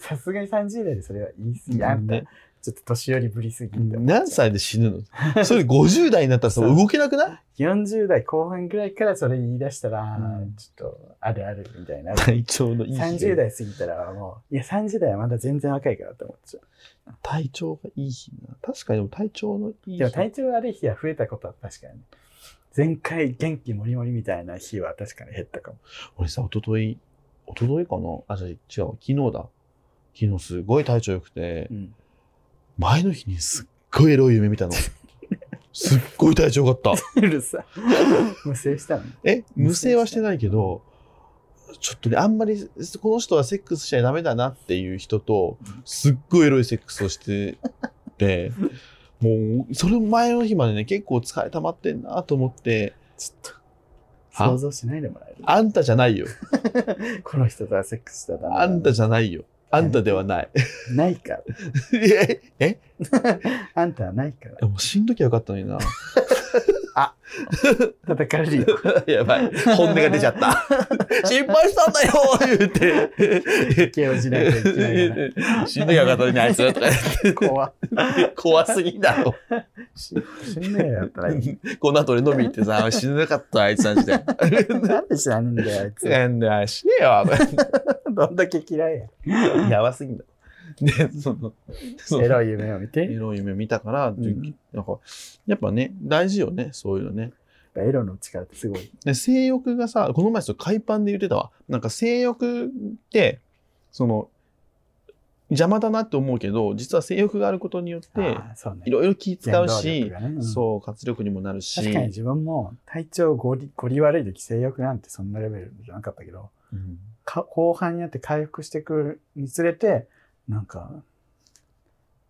Speaker 2: さすがに30代でそれは言い過ぎ。あんた、
Speaker 1: ね
Speaker 2: ちょっと年寄りぶりすぎって思っちゃう
Speaker 1: 何歳で死ぬのそれ50代になったらさ
Speaker 2: そう
Speaker 1: 動けなくな
Speaker 2: 40代後半ぐらいからそれ言い出したら、
Speaker 1: うん。
Speaker 2: ちょっとあるあるみたいな
Speaker 1: 体調のいい日が
Speaker 2: 30代過ぎたらもう、いや30代はまだ全然若いからって思っちゃう。
Speaker 1: 体調がいい日な確かにでも体調のいい日
Speaker 2: でも体調悪い日は増えたことは確かに。前回元気もりもりみたいな日は確かに減ったかも。
Speaker 1: 俺さ一昨日一昨日かなあじゃあ違う昨日だ昨日すごい体調良くて
Speaker 2: うん、
Speaker 1: 前の日にすっごいエロい夢 見たのすっごい体調良かった
Speaker 2: う るさ。無制したの
Speaker 1: え無制はしてないけどちょっとねあんまりこの人はセックスしちゃダメだなっていう人とすっごいエロいセックスをしてて もうそれ前の日までね結構疲れ溜まってんなと思って
Speaker 2: ちょっと。
Speaker 1: は
Speaker 2: 想像しないでもらえる。
Speaker 1: あんたじゃないよ
Speaker 2: この人とはセックスしたら
Speaker 1: あんたじゃないよあんたではない
Speaker 2: ないから。
Speaker 1: ええ
Speaker 2: あんたはないから。
Speaker 1: もう死んどきゃよかったのにな
Speaker 2: 叩かれるよ。
Speaker 1: やばい本音が出ちゃった 心配したんだよ言って
Speaker 2: 気をしないといけない か
Speaker 1: 死んどきゃよかったのにあいつとか言
Speaker 2: ら。怖っ
Speaker 1: って怖すぎだろ
Speaker 2: し死んでやったらいい。
Speaker 1: この後俺飲み行って さ死なかったあいつ なんで
Speaker 2: なんで知らねえんだよ、あいつ。
Speaker 1: なんだよ死ねえよ
Speaker 2: どんだけ嫌いや。
Speaker 1: やばすぎんだでそのその
Speaker 2: エロい夢を見
Speaker 1: エ
Speaker 2: て。
Speaker 1: ロい夢見たから、
Speaker 2: ん
Speaker 1: なんかやっぱね大事よねそういうのね
Speaker 2: エロの力ってすごい。
Speaker 1: で性欲がさこの前それ海パンで言ってたわなんか性欲ってその邪魔だなって思うけど実は性欲があることによって
Speaker 2: ああ、そうね
Speaker 1: い。ろいろ気使う
Speaker 2: 原動力
Speaker 1: し、
Speaker 2: がねうん
Speaker 1: そう活力にもなるし
Speaker 2: 確かに自分も体調ゴリゴリ悪い時性欲なんてそんなレベルじゃなかったけど、
Speaker 1: うん
Speaker 2: か後半になって回復してくるにつれて、なんか、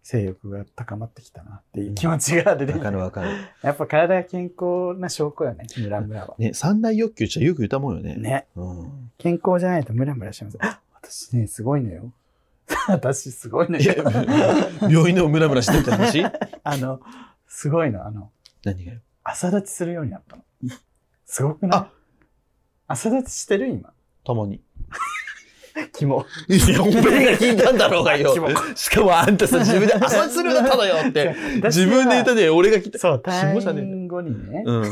Speaker 2: 性欲が高まってきたなっていう気持ちが出て
Speaker 1: わ
Speaker 2: きた
Speaker 1: かるわかる、
Speaker 2: やっぱ体が健康な証拠よね、ムラムラは。
Speaker 1: ね、三大欲求っちゃよく歌もんよね
Speaker 2: ね。
Speaker 1: うん、
Speaker 2: 健康じゃないとムラムラします。あ私ね、すごいのよ。 私すごいの
Speaker 1: いや
Speaker 2: よ。
Speaker 1: 病院でもムラムラしてるって話
Speaker 2: あの、すごいの。あの、
Speaker 1: 何がよ
Speaker 2: 朝立ちするようになったの。すごくない
Speaker 1: あ
Speaker 2: 朝立ちしてる今。
Speaker 1: たまに
Speaker 2: キモ。
Speaker 1: いやお前が聞いたんだろうがよ
Speaker 2: キモ
Speaker 1: しかもあんたさ自分で朝するだったのよ って自分で言ったね俺が聞いた
Speaker 2: そう、
Speaker 1: キモじゃねえ
Speaker 2: 退院後にね、
Speaker 1: うん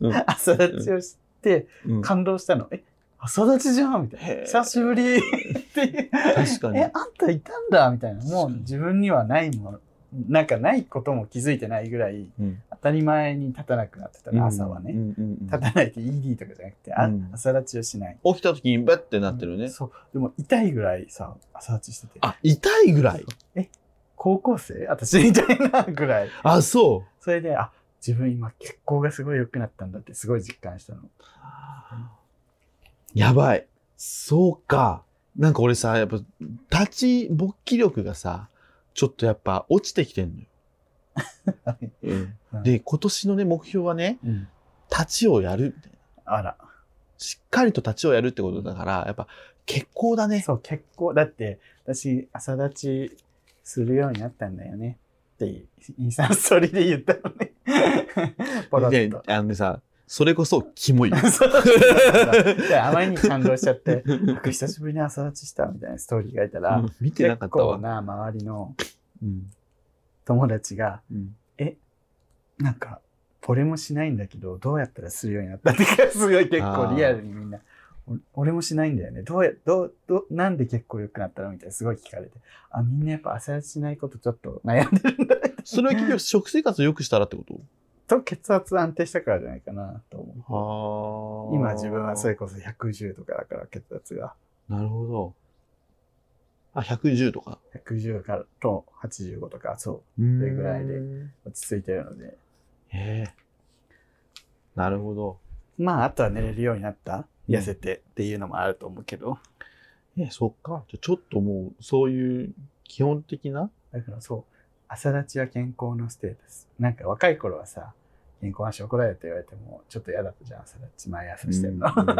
Speaker 1: うん
Speaker 2: 朝立ちをして
Speaker 1: うん
Speaker 2: 感動したの。え、朝立ちじゃんみたい
Speaker 1: へえ
Speaker 2: な。久しぶりっていう。
Speaker 1: 確かに
Speaker 2: え、あんたいたんだみたいな。もう自分にはないものなんかないことも気づいてないぐらい
Speaker 1: うん
Speaker 2: 当たり前に立たなくなってたら朝はね、
Speaker 1: うんうんうん
Speaker 2: 立たないって ED とかじゃなくて、あ
Speaker 1: うん
Speaker 2: 朝立ちをしない
Speaker 1: 起きた時にバッてなってるね。
Speaker 2: そうでも痛いぐらいさ朝立ちしてて
Speaker 1: あ、痛いぐらい。
Speaker 2: 高校生私みたいなぐらい
Speaker 1: あ、そ
Speaker 2: それであ自分今血行がすごい良くなったんだってすごい実感したの
Speaker 1: う。やばい。そうか。なんか俺さ、やっぱ、立ち勃起力がさ、ちょっとやっぱ落ちてきてんのよ。
Speaker 2: はい
Speaker 1: うんで、今年のね、目標はね、
Speaker 2: うん
Speaker 1: 立ちをやるみたいな。
Speaker 2: あら
Speaker 1: しっかりと立ちをやるってことだから、やっぱ、血行だね。
Speaker 2: そう結構だって私朝立ちするようになったんだよねってインスタのストーリーで言った のねポロッ
Speaker 1: で
Speaker 2: と、
Speaker 1: あのねさ、それこそ、キモいよ。
Speaker 2: そうであまりに感動しち ゃってなんか久しぶりに朝立ちしたみたいなストーリーがいたら、
Speaker 1: うん見てな
Speaker 2: 結
Speaker 1: かった
Speaker 2: 構
Speaker 1: わ。
Speaker 2: な周りの
Speaker 1: うん
Speaker 2: 友達が
Speaker 1: うん
Speaker 2: なんかこれもしないんだけどどうやったらするようになったってかすごい結構リアルにみんなお俺もしないんだよねどうやどうどうなんで結構良くなったのみたいなすごい聞かれてあみんなやっぱ朝立ちしないことちょっと悩んでるん だ
Speaker 1: それは結局、食生活を良くしたらってこと
Speaker 2: と血圧安定したからじゃないかなと思う
Speaker 1: は
Speaker 2: 今自分はそ
Speaker 1: れ
Speaker 2: れこそ110とかだから血圧が
Speaker 1: なるほどあ110とか
Speaker 2: 110からと85とかそ
Speaker 1: そ
Speaker 2: れぐらいでう落ち着いてるので
Speaker 1: へえなるほど
Speaker 2: まああとは寝れるようになった
Speaker 1: うん
Speaker 2: 痩せてっていうのもあると思うけど、
Speaker 1: えそっかじゃあちょっともうそういう基本的な
Speaker 2: だからそう、朝立ちは健康のステータス。なんか若い頃はさ、健康なショコラよって言われても、ちょっと嫌だったじゃん、朝立ち毎朝してるの。
Speaker 1: うんう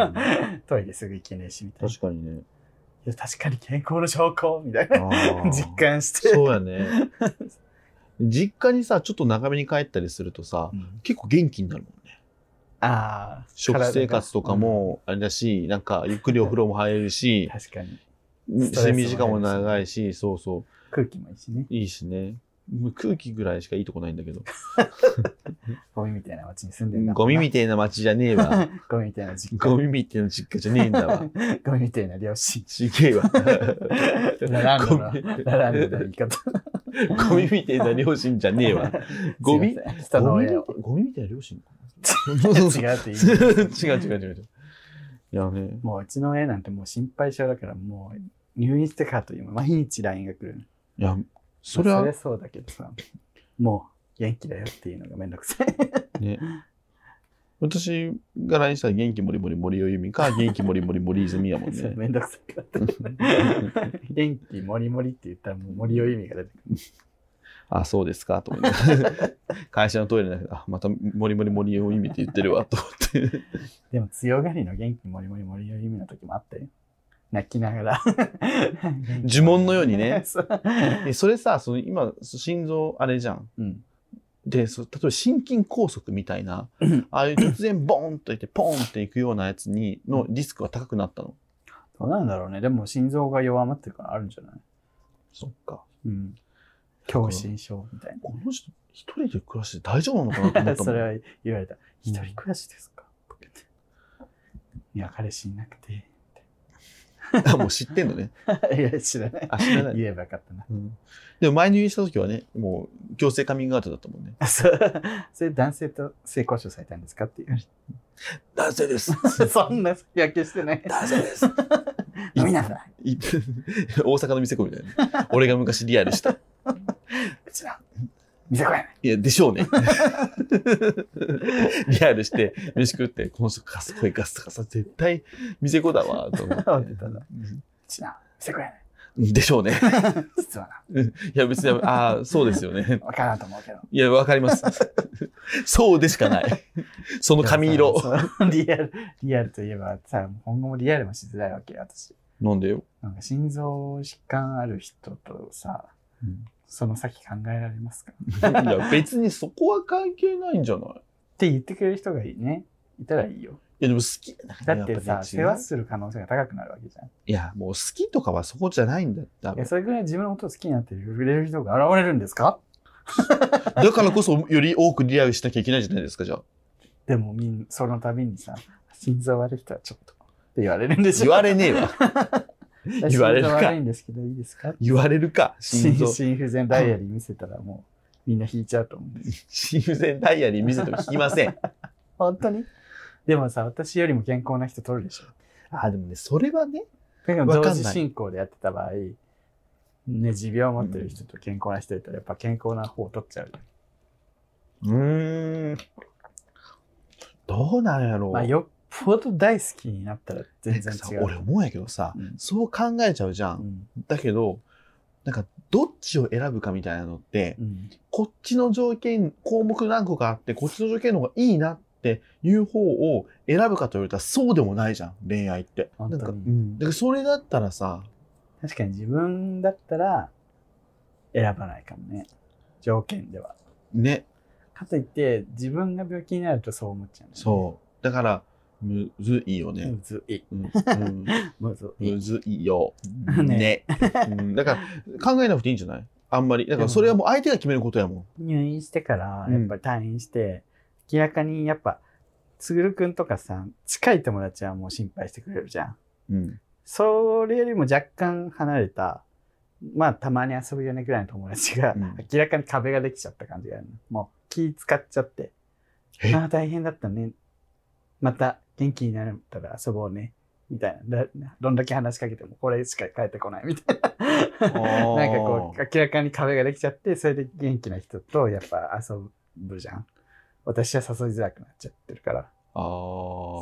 Speaker 1: ん
Speaker 2: トイレすぐ行けねえし、みたいな。い
Speaker 1: 確かにね
Speaker 2: や確かに健康の証拠みたい
Speaker 1: あ
Speaker 2: な。
Speaker 1: ー
Speaker 2: 実感して。
Speaker 1: そうやね 実家にさちょっと長めに帰ったりするとさ
Speaker 2: うん
Speaker 1: 結構元気になるもんね
Speaker 2: ああ。
Speaker 1: 食生活とかもあれだし、なんかゆっくりお風呂も入れる
Speaker 2: 体
Speaker 1: し
Speaker 2: がね。確かに。ストレスも
Speaker 1: 睡眠時間も長いしそうそう
Speaker 2: 空気もいいしね。
Speaker 1: いいしね。もう空気ぐらいしかいいとこないんだけど。
Speaker 2: ゴミみたいな街に住んでるな。
Speaker 1: ゴミみてえな街じゃねえわ。
Speaker 2: ゴミみたいな実家。
Speaker 1: ゴミみてえな実家じゃねえんだわ。
Speaker 2: ゴミみたいな両親。
Speaker 1: ちげえわ。
Speaker 2: ラランドの
Speaker 1: ゴミ
Speaker 2: ラランドの言い方。
Speaker 1: ゴミみてえな両親じゃねえ わ。ゴミ
Speaker 2: すいません人の
Speaker 1: ゴミみ
Speaker 2: 親を。
Speaker 1: ゴミみてえな両親
Speaker 2: 違
Speaker 1: 違
Speaker 2: うって言い
Speaker 1: 違う 違う違う違う。いやね。
Speaker 2: もううちの親なんてもう心配性だからもう入院してからと今毎日 LINE が来るの
Speaker 1: いや、それ
Speaker 2: まあ
Speaker 1: は
Speaker 2: そりゃそうだけどさもう元気だよっていうのがめんど くさい
Speaker 1: ね。私が LINE したら元気もりもり森尾由美 か、元気もりもり森泉やもん
Speaker 2: そう
Speaker 1: ね。
Speaker 2: めんどくさいからって元気もりもりって言ったらもう森を意味が出てくる
Speaker 1: あ、そうですか、と思って。 会社のトイレで、あ、また森森森尾由美って言ってるわ、と思って。
Speaker 2: でも強がりの元気もりもり森を意味の時もあったよ泣きながら
Speaker 1: 呪文のようにね
Speaker 2: そう
Speaker 1: でそれさその今そ心臓あれじゃん
Speaker 2: うん
Speaker 1: でそ例えば心筋梗塞みたい な
Speaker 2: うん
Speaker 1: ああいう突然ボーンといってポーンっていくようなやつにのリスクが高くなったの
Speaker 2: どうなんだろうねでも心臓が弱まってるからあるんじゃない
Speaker 1: そっか
Speaker 2: うん狭心症みたいな
Speaker 1: この人一人で暮らして大丈夫なのかなと思 ったも
Speaker 2: そ
Speaker 1: ん
Speaker 2: れは言われた。一
Speaker 1: うん
Speaker 2: 人暮らしですか、いや、彼氏いなくて。
Speaker 1: あもう知ってんのね
Speaker 2: いや、知らない。
Speaker 1: あ知らない、
Speaker 2: 言えばよかったな。
Speaker 1: うんでも前入院した時はねもう強制カミングアウトだったもんね
Speaker 2: あそうそれ男性と性交渉されたんですかって言われ
Speaker 1: 男性です
Speaker 2: た。そんな焼けしてない。
Speaker 1: 男性です
Speaker 2: 飲みなさい。
Speaker 1: い 大阪の店子みたいな俺が昔リアルした
Speaker 2: うちの店子やね
Speaker 1: いや、でしょうね。 リアルして、飯食って、この人カスコいガスカサ、絶対、店子だわ、と思 って。
Speaker 2: 思ってたなうちの店子やね
Speaker 1: うんでしょうね。
Speaker 2: 実はな、
Speaker 1: いや、別に、ああ、そうですよね。
Speaker 2: わからんと思うけど。
Speaker 1: いや、わかります。 そうでしかない。 その髪色。
Speaker 2: そうリアル、リアルといえばさ、今後もリアルもしづらいわけよ、私。
Speaker 1: なんで よ。
Speaker 2: なんか心臓疾患ある人とさ、その先考えられますか
Speaker 1: いや、別にそこは関係ないんじゃないい
Speaker 2: って言ってくれる人がいいねいたらいいよ
Speaker 1: や、でも好き。
Speaker 2: だって
Speaker 1: や
Speaker 2: さ、
Speaker 1: ぱね
Speaker 2: 世話する可能性が高くなるわけじゃんい
Speaker 1: いや、もう好きとかはそこじゃないんだ多分
Speaker 2: やそれぐらい自分のことを好きになってくれる人が現れるんですか
Speaker 1: だからこそ、より多くリアルしなきゃいけないじゃないですか、じゃあ。
Speaker 2: でもみんその度にさ心臓悪い人はちょっとって言われるんでしょ
Speaker 1: 言われねえわ。言われるか
Speaker 2: 心臓悪いんですけどいいですか
Speaker 1: 言われるか心臓
Speaker 2: 心心不全ダイアリー見せたらもうみんな引いちゃうと 思うんです
Speaker 1: 心不全ダイアリー見せても聞きません
Speaker 2: 本当にでもさ私よりも健康な人取るでしょ
Speaker 1: あでもねそれはね
Speaker 2: だから
Speaker 1: わ
Speaker 2: 同
Speaker 1: かんない
Speaker 2: 時進行でやってた場合ね持病を持ってる人と健康な人いたらやっぱ健康な方を取っちゃう、
Speaker 1: うーんどうなんやろう、
Speaker 2: まあよっぽど大好きになったら全然
Speaker 1: なんかさ
Speaker 2: 違う
Speaker 1: 俺思うんやけどさ、
Speaker 2: うん
Speaker 1: そう考えちゃうじゃ、
Speaker 2: うんん
Speaker 1: だけどなんかどっちを選ぶかみたいなのって
Speaker 2: うん
Speaker 1: こっちの条件項目何個かあってこっちの条件の方がいいなっていう方を選ぶかと言われたらそうでもないじゃん恋愛ってな
Speaker 2: 本当
Speaker 1: ん
Speaker 2: に
Speaker 1: か,、うん、だからそれだったらさ
Speaker 2: 確かに自分だったら選ばないかもね条件では
Speaker 1: ね
Speaker 2: かといって自分が病気になるとそう思っちゃうんだよね、
Speaker 1: そうだからむずいよね、
Speaker 2: むずい
Speaker 1: うん うん
Speaker 2: むずい
Speaker 1: むずいよ ね
Speaker 2: ね
Speaker 1: うん、だから考えなくていいんじゃないあんまりだからそれはもう相手が決めることやもん
Speaker 2: 入院してから
Speaker 1: うん
Speaker 2: やっぱり退院して、明らかにやっぱつぐるくんとかさ近い友達はもう心配してくれるじゃん
Speaker 1: うん、
Speaker 2: それよりも若干離れたまあたまに遊ぶよねぐらいの友達が、
Speaker 1: うん
Speaker 2: 明らかに壁ができちゃった感じがあるのもう気使っちゃって
Speaker 1: え
Speaker 2: ああ大変だったねまた元気になったら遊ぼうねみたいなだどんだけ話しかけてもこれしか返ってこないみたいな
Speaker 1: ー
Speaker 2: なんかこう明らかに壁ができちゃってそれで元気な人とやっぱ遊ぶじゃん私は誘いづらくなっちゃってるから
Speaker 1: あ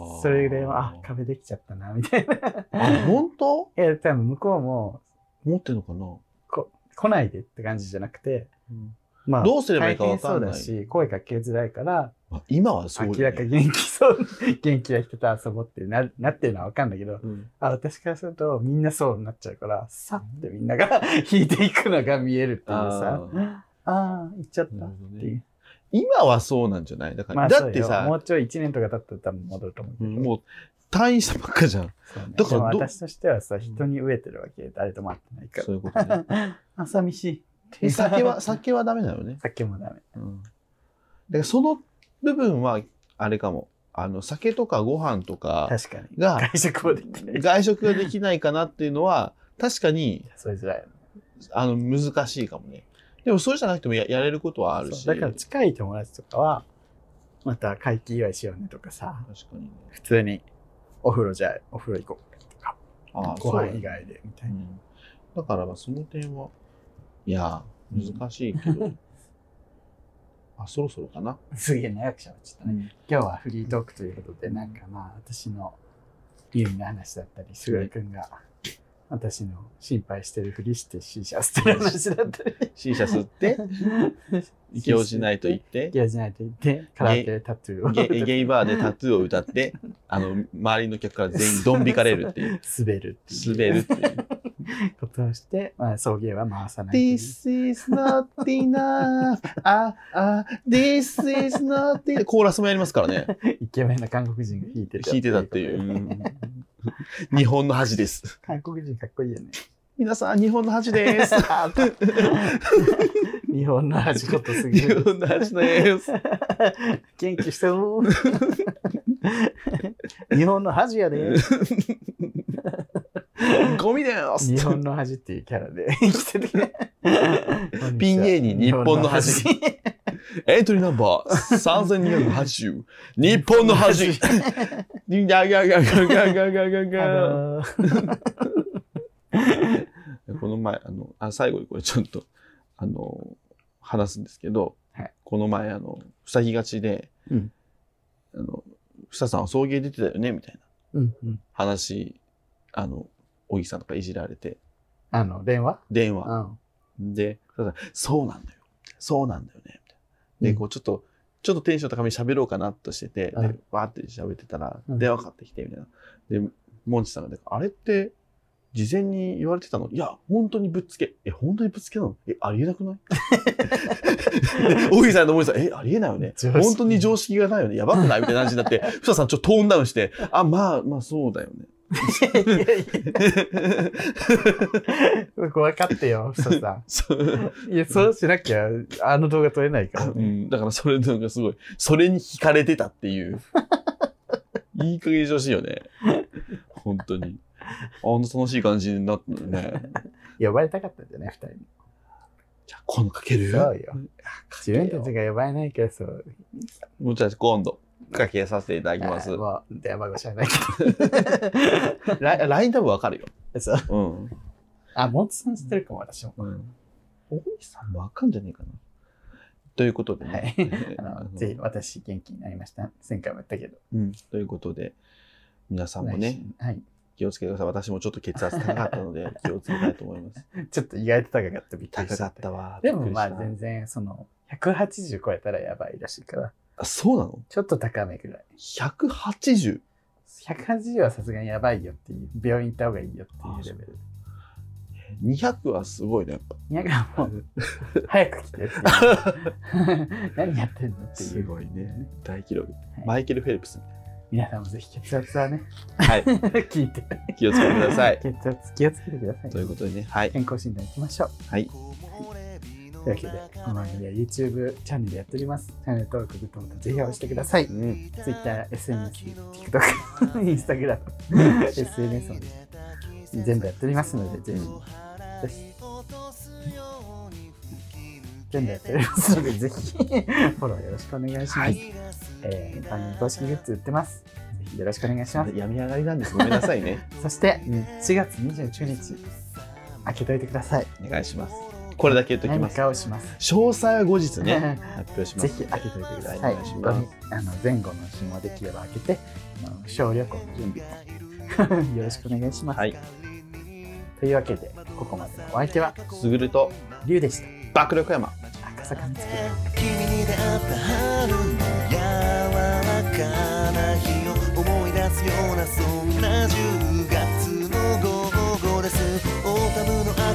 Speaker 1: ー
Speaker 2: それぐらいはあ壁できちゃったなみたいない
Speaker 1: あ本当
Speaker 2: や多分向こうも
Speaker 1: 持ってんのかな、
Speaker 2: こ来ないでって感じじゃなくてまあ
Speaker 1: どうすればいいかわかんない
Speaker 2: 大変そうだし声かけづらいから
Speaker 1: まあ、今はそう
Speaker 2: 明
Speaker 1: よ
Speaker 2: らか
Speaker 1: ね、
Speaker 2: 元気そう、元気な人と遊ぼうってななってるのは分かんないけど、
Speaker 1: うん
Speaker 2: あ私からするとみんなそうになっちゃうから、さってみんなが引いていくのが見えるっていうさ、ああ、行っちゃっ
Speaker 1: な
Speaker 2: た
Speaker 1: る
Speaker 2: っ
Speaker 1: ほど
Speaker 2: て
Speaker 1: ね
Speaker 2: いう。
Speaker 1: 今はそうなんじゃないだから、
Speaker 2: まあ、
Speaker 1: だって
Speaker 2: そうよも
Speaker 1: さ
Speaker 2: うちょい1年とか経ったら多分戻ると思うけ
Speaker 1: う
Speaker 2: ど。
Speaker 1: んもう退院したばっかじゃん
Speaker 2: そうね
Speaker 1: だから
Speaker 2: でも
Speaker 1: ど
Speaker 2: 私としてはさ、人に飢えてるわけで、誰とも会ってないか
Speaker 1: そういうことね
Speaker 2: ら。あ、寂しい。
Speaker 1: で 酒は酒はダメだよね、
Speaker 2: 酒もダメ。
Speaker 1: うん、だからその部分はあれかもあの酒とかご飯とか
Speaker 2: 確かに。
Speaker 1: が
Speaker 2: 外食もできない。
Speaker 1: 外食ができないかなっていうのは確かに
Speaker 2: それづらいよね。
Speaker 1: あの難しいかもねでもそれじゃなくてもややれることはあるし
Speaker 2: そうだから近い友達とかは、また会期祝いしようねとかさ、
Speaker 1: 確かにね
Speaker 2: 普通にお風呂じゃあお風呂行こうとか、
Speaker 1: ああ
Speaker 2: ご
Speaker 1: そうだ
Speaker 2: 飯
Speaker 1: ね
Speaker 2: 以外でみた
Speaker 1: う
Speaker 2: いな。
Speaker 1: んだからまあその点はいや難しいけ ど、あそろそろかな、
Speaker 2: すげえ長くしゃべっちゃったね。今日はフリートークということで、なんかまあ私の有意の話だったり、すぐるくんが私の心配してるふりして C 社捨てる話だったり。
Speaker 1: C 社吸 って息をしないと言って
Speaker 2: 息をしないと言って、カラオケでタトゥーを
Speaker 1: ゲゲイバーでタトゥーを歌 ってあの周りの客から全員ドン引かれるっていう
Speaker 2: 滑るっていう
Speaker 1: 滑るっていう
Speaker 2: ことをして、まあ送迎は回さないという
Speaker 1: This is not enough. あ、あ、This is not enough. コーラスもやります からね。
Speaker 2: イケメンな韓国人が弾いてた。
Speaker 1: 弾いてたっていう。うん日本の恥です。
Speaker 2: 韓国人かっこいいよ ね。
Speaker 1: 皆さん、日本の恥です。
Speaker 2: 日本の味ことす ぎ
Speaker 1: 日
Speaker 2: る。
Speaker 1: 本の恥です。
Speaker 2: 元気してる。日本の恥やで。
Speaker 1: ゴミです。
Speaker 2: 日本の恥っていうキャラで生きててね。
Speaker 1: ピン芸人日本の恥
Speaker 2: 日本の
Speaker 1: エントリーナンバー3280。日本の恥。ガガガガガガガガ
Speaker 2: あ
Speaker 1: ガ。
Speaker 2: のー
Speaker 1: この前、あの、あ最後にこれちょっと、あの、話すんですけど、
Speaker 2: はい
Speaker 1: この前、あの、塞ぎがちで、
Speaker 2: うん
Speaker 1: あの、ふささんは送迎出てたよね、みたいな
Speaker 2: うんうん
Speaker 1: 話、あの、小木さんとかいじられて、
Speaker 2: あの、電話
Speaker 1: 電
Speaker 2: う
Speaker 1: 話。
Speaker 2: ん。
Speaker 1: で、ふささん、そうなんだよ。そうなんだよね。みたいなで、
Speaker 2: うん
Speaker 1: こう、ちょっと、ちょっとテンション高めに喋ろうかなとしてて、
Speaker 2: は
Speaker 1: で
Speaker 2: い、
Speaker 1: わーって喋ってたら、
Speaker 2: うん
Speaker 1: 電話かかってきて、みたいな。で、モンチさんが、あれって、事前に言われてたのいや、本当にぶっつけ。え、本当にぶっつけなのえ、ありえなくないで大木さんと森さん、え、ありえないよね。
Speaker 2: 常識
Speaker 1: 本当に常識がないよね。やばくないみたいな話になって、ふささんちょっとトーンダウンして、あ、まあ、まあそうだよ ね。
Speaker 2: 分かってよ、ふささ
Speaker 1: そう、
Speaker 2: ん。いや、そうしなきゃ、あの動画撮れない から
Speaker 1: う
Speaker 2: ね。
Speaker 1: ん。だからそれなんかすごい、それに惹か れてたっていう。いい加減にしてほしいよね。本当に。あんな楽しい感じになったのね。
Speaker 2: 呼ばれたかったんじゃない二人に。
Speaker 1: じゃあ今度かける
Speaker 2: そうよ
Speaker 1: かけよ
Speaker 2: 自分たちが呼ばれないからそう。
Speaker 1: もうじゃあ今度かけさせていただきます。
Speaker 2: もう電話越しはないけ
Speaker 1: ライ LINE 多分わかるよ。
Speaker 2: ど。そう。
Speaker 1: うん。
Speaker 2: あ、モンツさん知ってるかも、私も。
Speaker 1: うん、大西さんもわかんじゃねえかな。ということでね。
Speaker 2: はい
Speaker 1: えー
Speaker 2: あの、ぜひ私元気になりました。前回も言ったけど。
Speaker 1: うん、ということで、皆さんもね、
Speaker 2: はい。
Speaker 1: 気をつけてください。私もちょっと血圧高かったので、気をつけたいと思います。
Speaker 2: ちょっと意外と高かった、びっくり
Speaker 1: 高
Speaker 2: しち
Speaker 1: か
Speaker 2: ゃ
Speaker 1: っ。たわ。
Speaker 2: でもまあ
Speaker 1: びっくりし
Speaker 2: 全然、その、180超えたらやばいらしいから、
Speaker 1: たあ、そうなの
Speaker 2: ちょっと高めぐらい。
Speaker 1: 180
Speaker 2: 180はさすがにやばいよっていう、病院行った方がいいよっていうレベル。
Speaker 1: 200はすごいねやっぱ
Speaker 2: いや、もう、早く来てっていう。 何やってんのっていう。
Speaker 1: いね大記録、
Speaker 2: い
Speaker 1: マイケル・フェルプス
Speaker 2: 皆さんもぜひ血圧はね、
Speaker 1: はい
Speaker 2: 聞いて
Speaker 1: 気をつけてください
Speaker 2: 血圧 気をつけてください
Speaker 1: ということでねはい
Speaker 2: 健康診断いきましょう
Speaker 1: はい
Speaker 2: というわけでこの番組は YouTube チャンネルやっておりますチャンネル登録グッドボタンぜひ押してください、
Speaker 1: ん
Speaker 2: Twitter、SNS、TikTok、Instagram、SNS も全部やっておりますのでぜひ、ぜひ全部やっておりますのでぜひフォローよろしくお願いします、
Speaker 1: はい
Speaker 2: えー番組公式グッズ売ってますぜひよろしくお願いします
Speaker 1: 病み上がりなんですごめんなさい ね
Speaker 2: そして4月29日開けといてください
Speaker 1: お願いしますこれだけ言っときま
Speaker 2: 何
Speaker 1: す
Speaker 2: かをします
Speaker 1: 詳細は後日ね 発表します
Speaker 2: ぜひ開けといてくだ
Speaker 1: は
Speaker 2: さ
Speaker 1: い
Speaker 2: い。
Speaker 1: お願いします
Speaker 2: あの前後の紐もできれば開けて、あの小旅行の準備を よろしくお願いします。
Speaker 1: はい
Speaker 2: というわけで、ここまでのお相手は、
Speaker 1: すぐると
Speaker 2: リュウでし
Speaker 1: 爆力山
Speaker 2: た。赤坂美月。
Speaker 3: 君に出会った春の柔らかな日を思い出すようなそんな10月の午後ですオータムの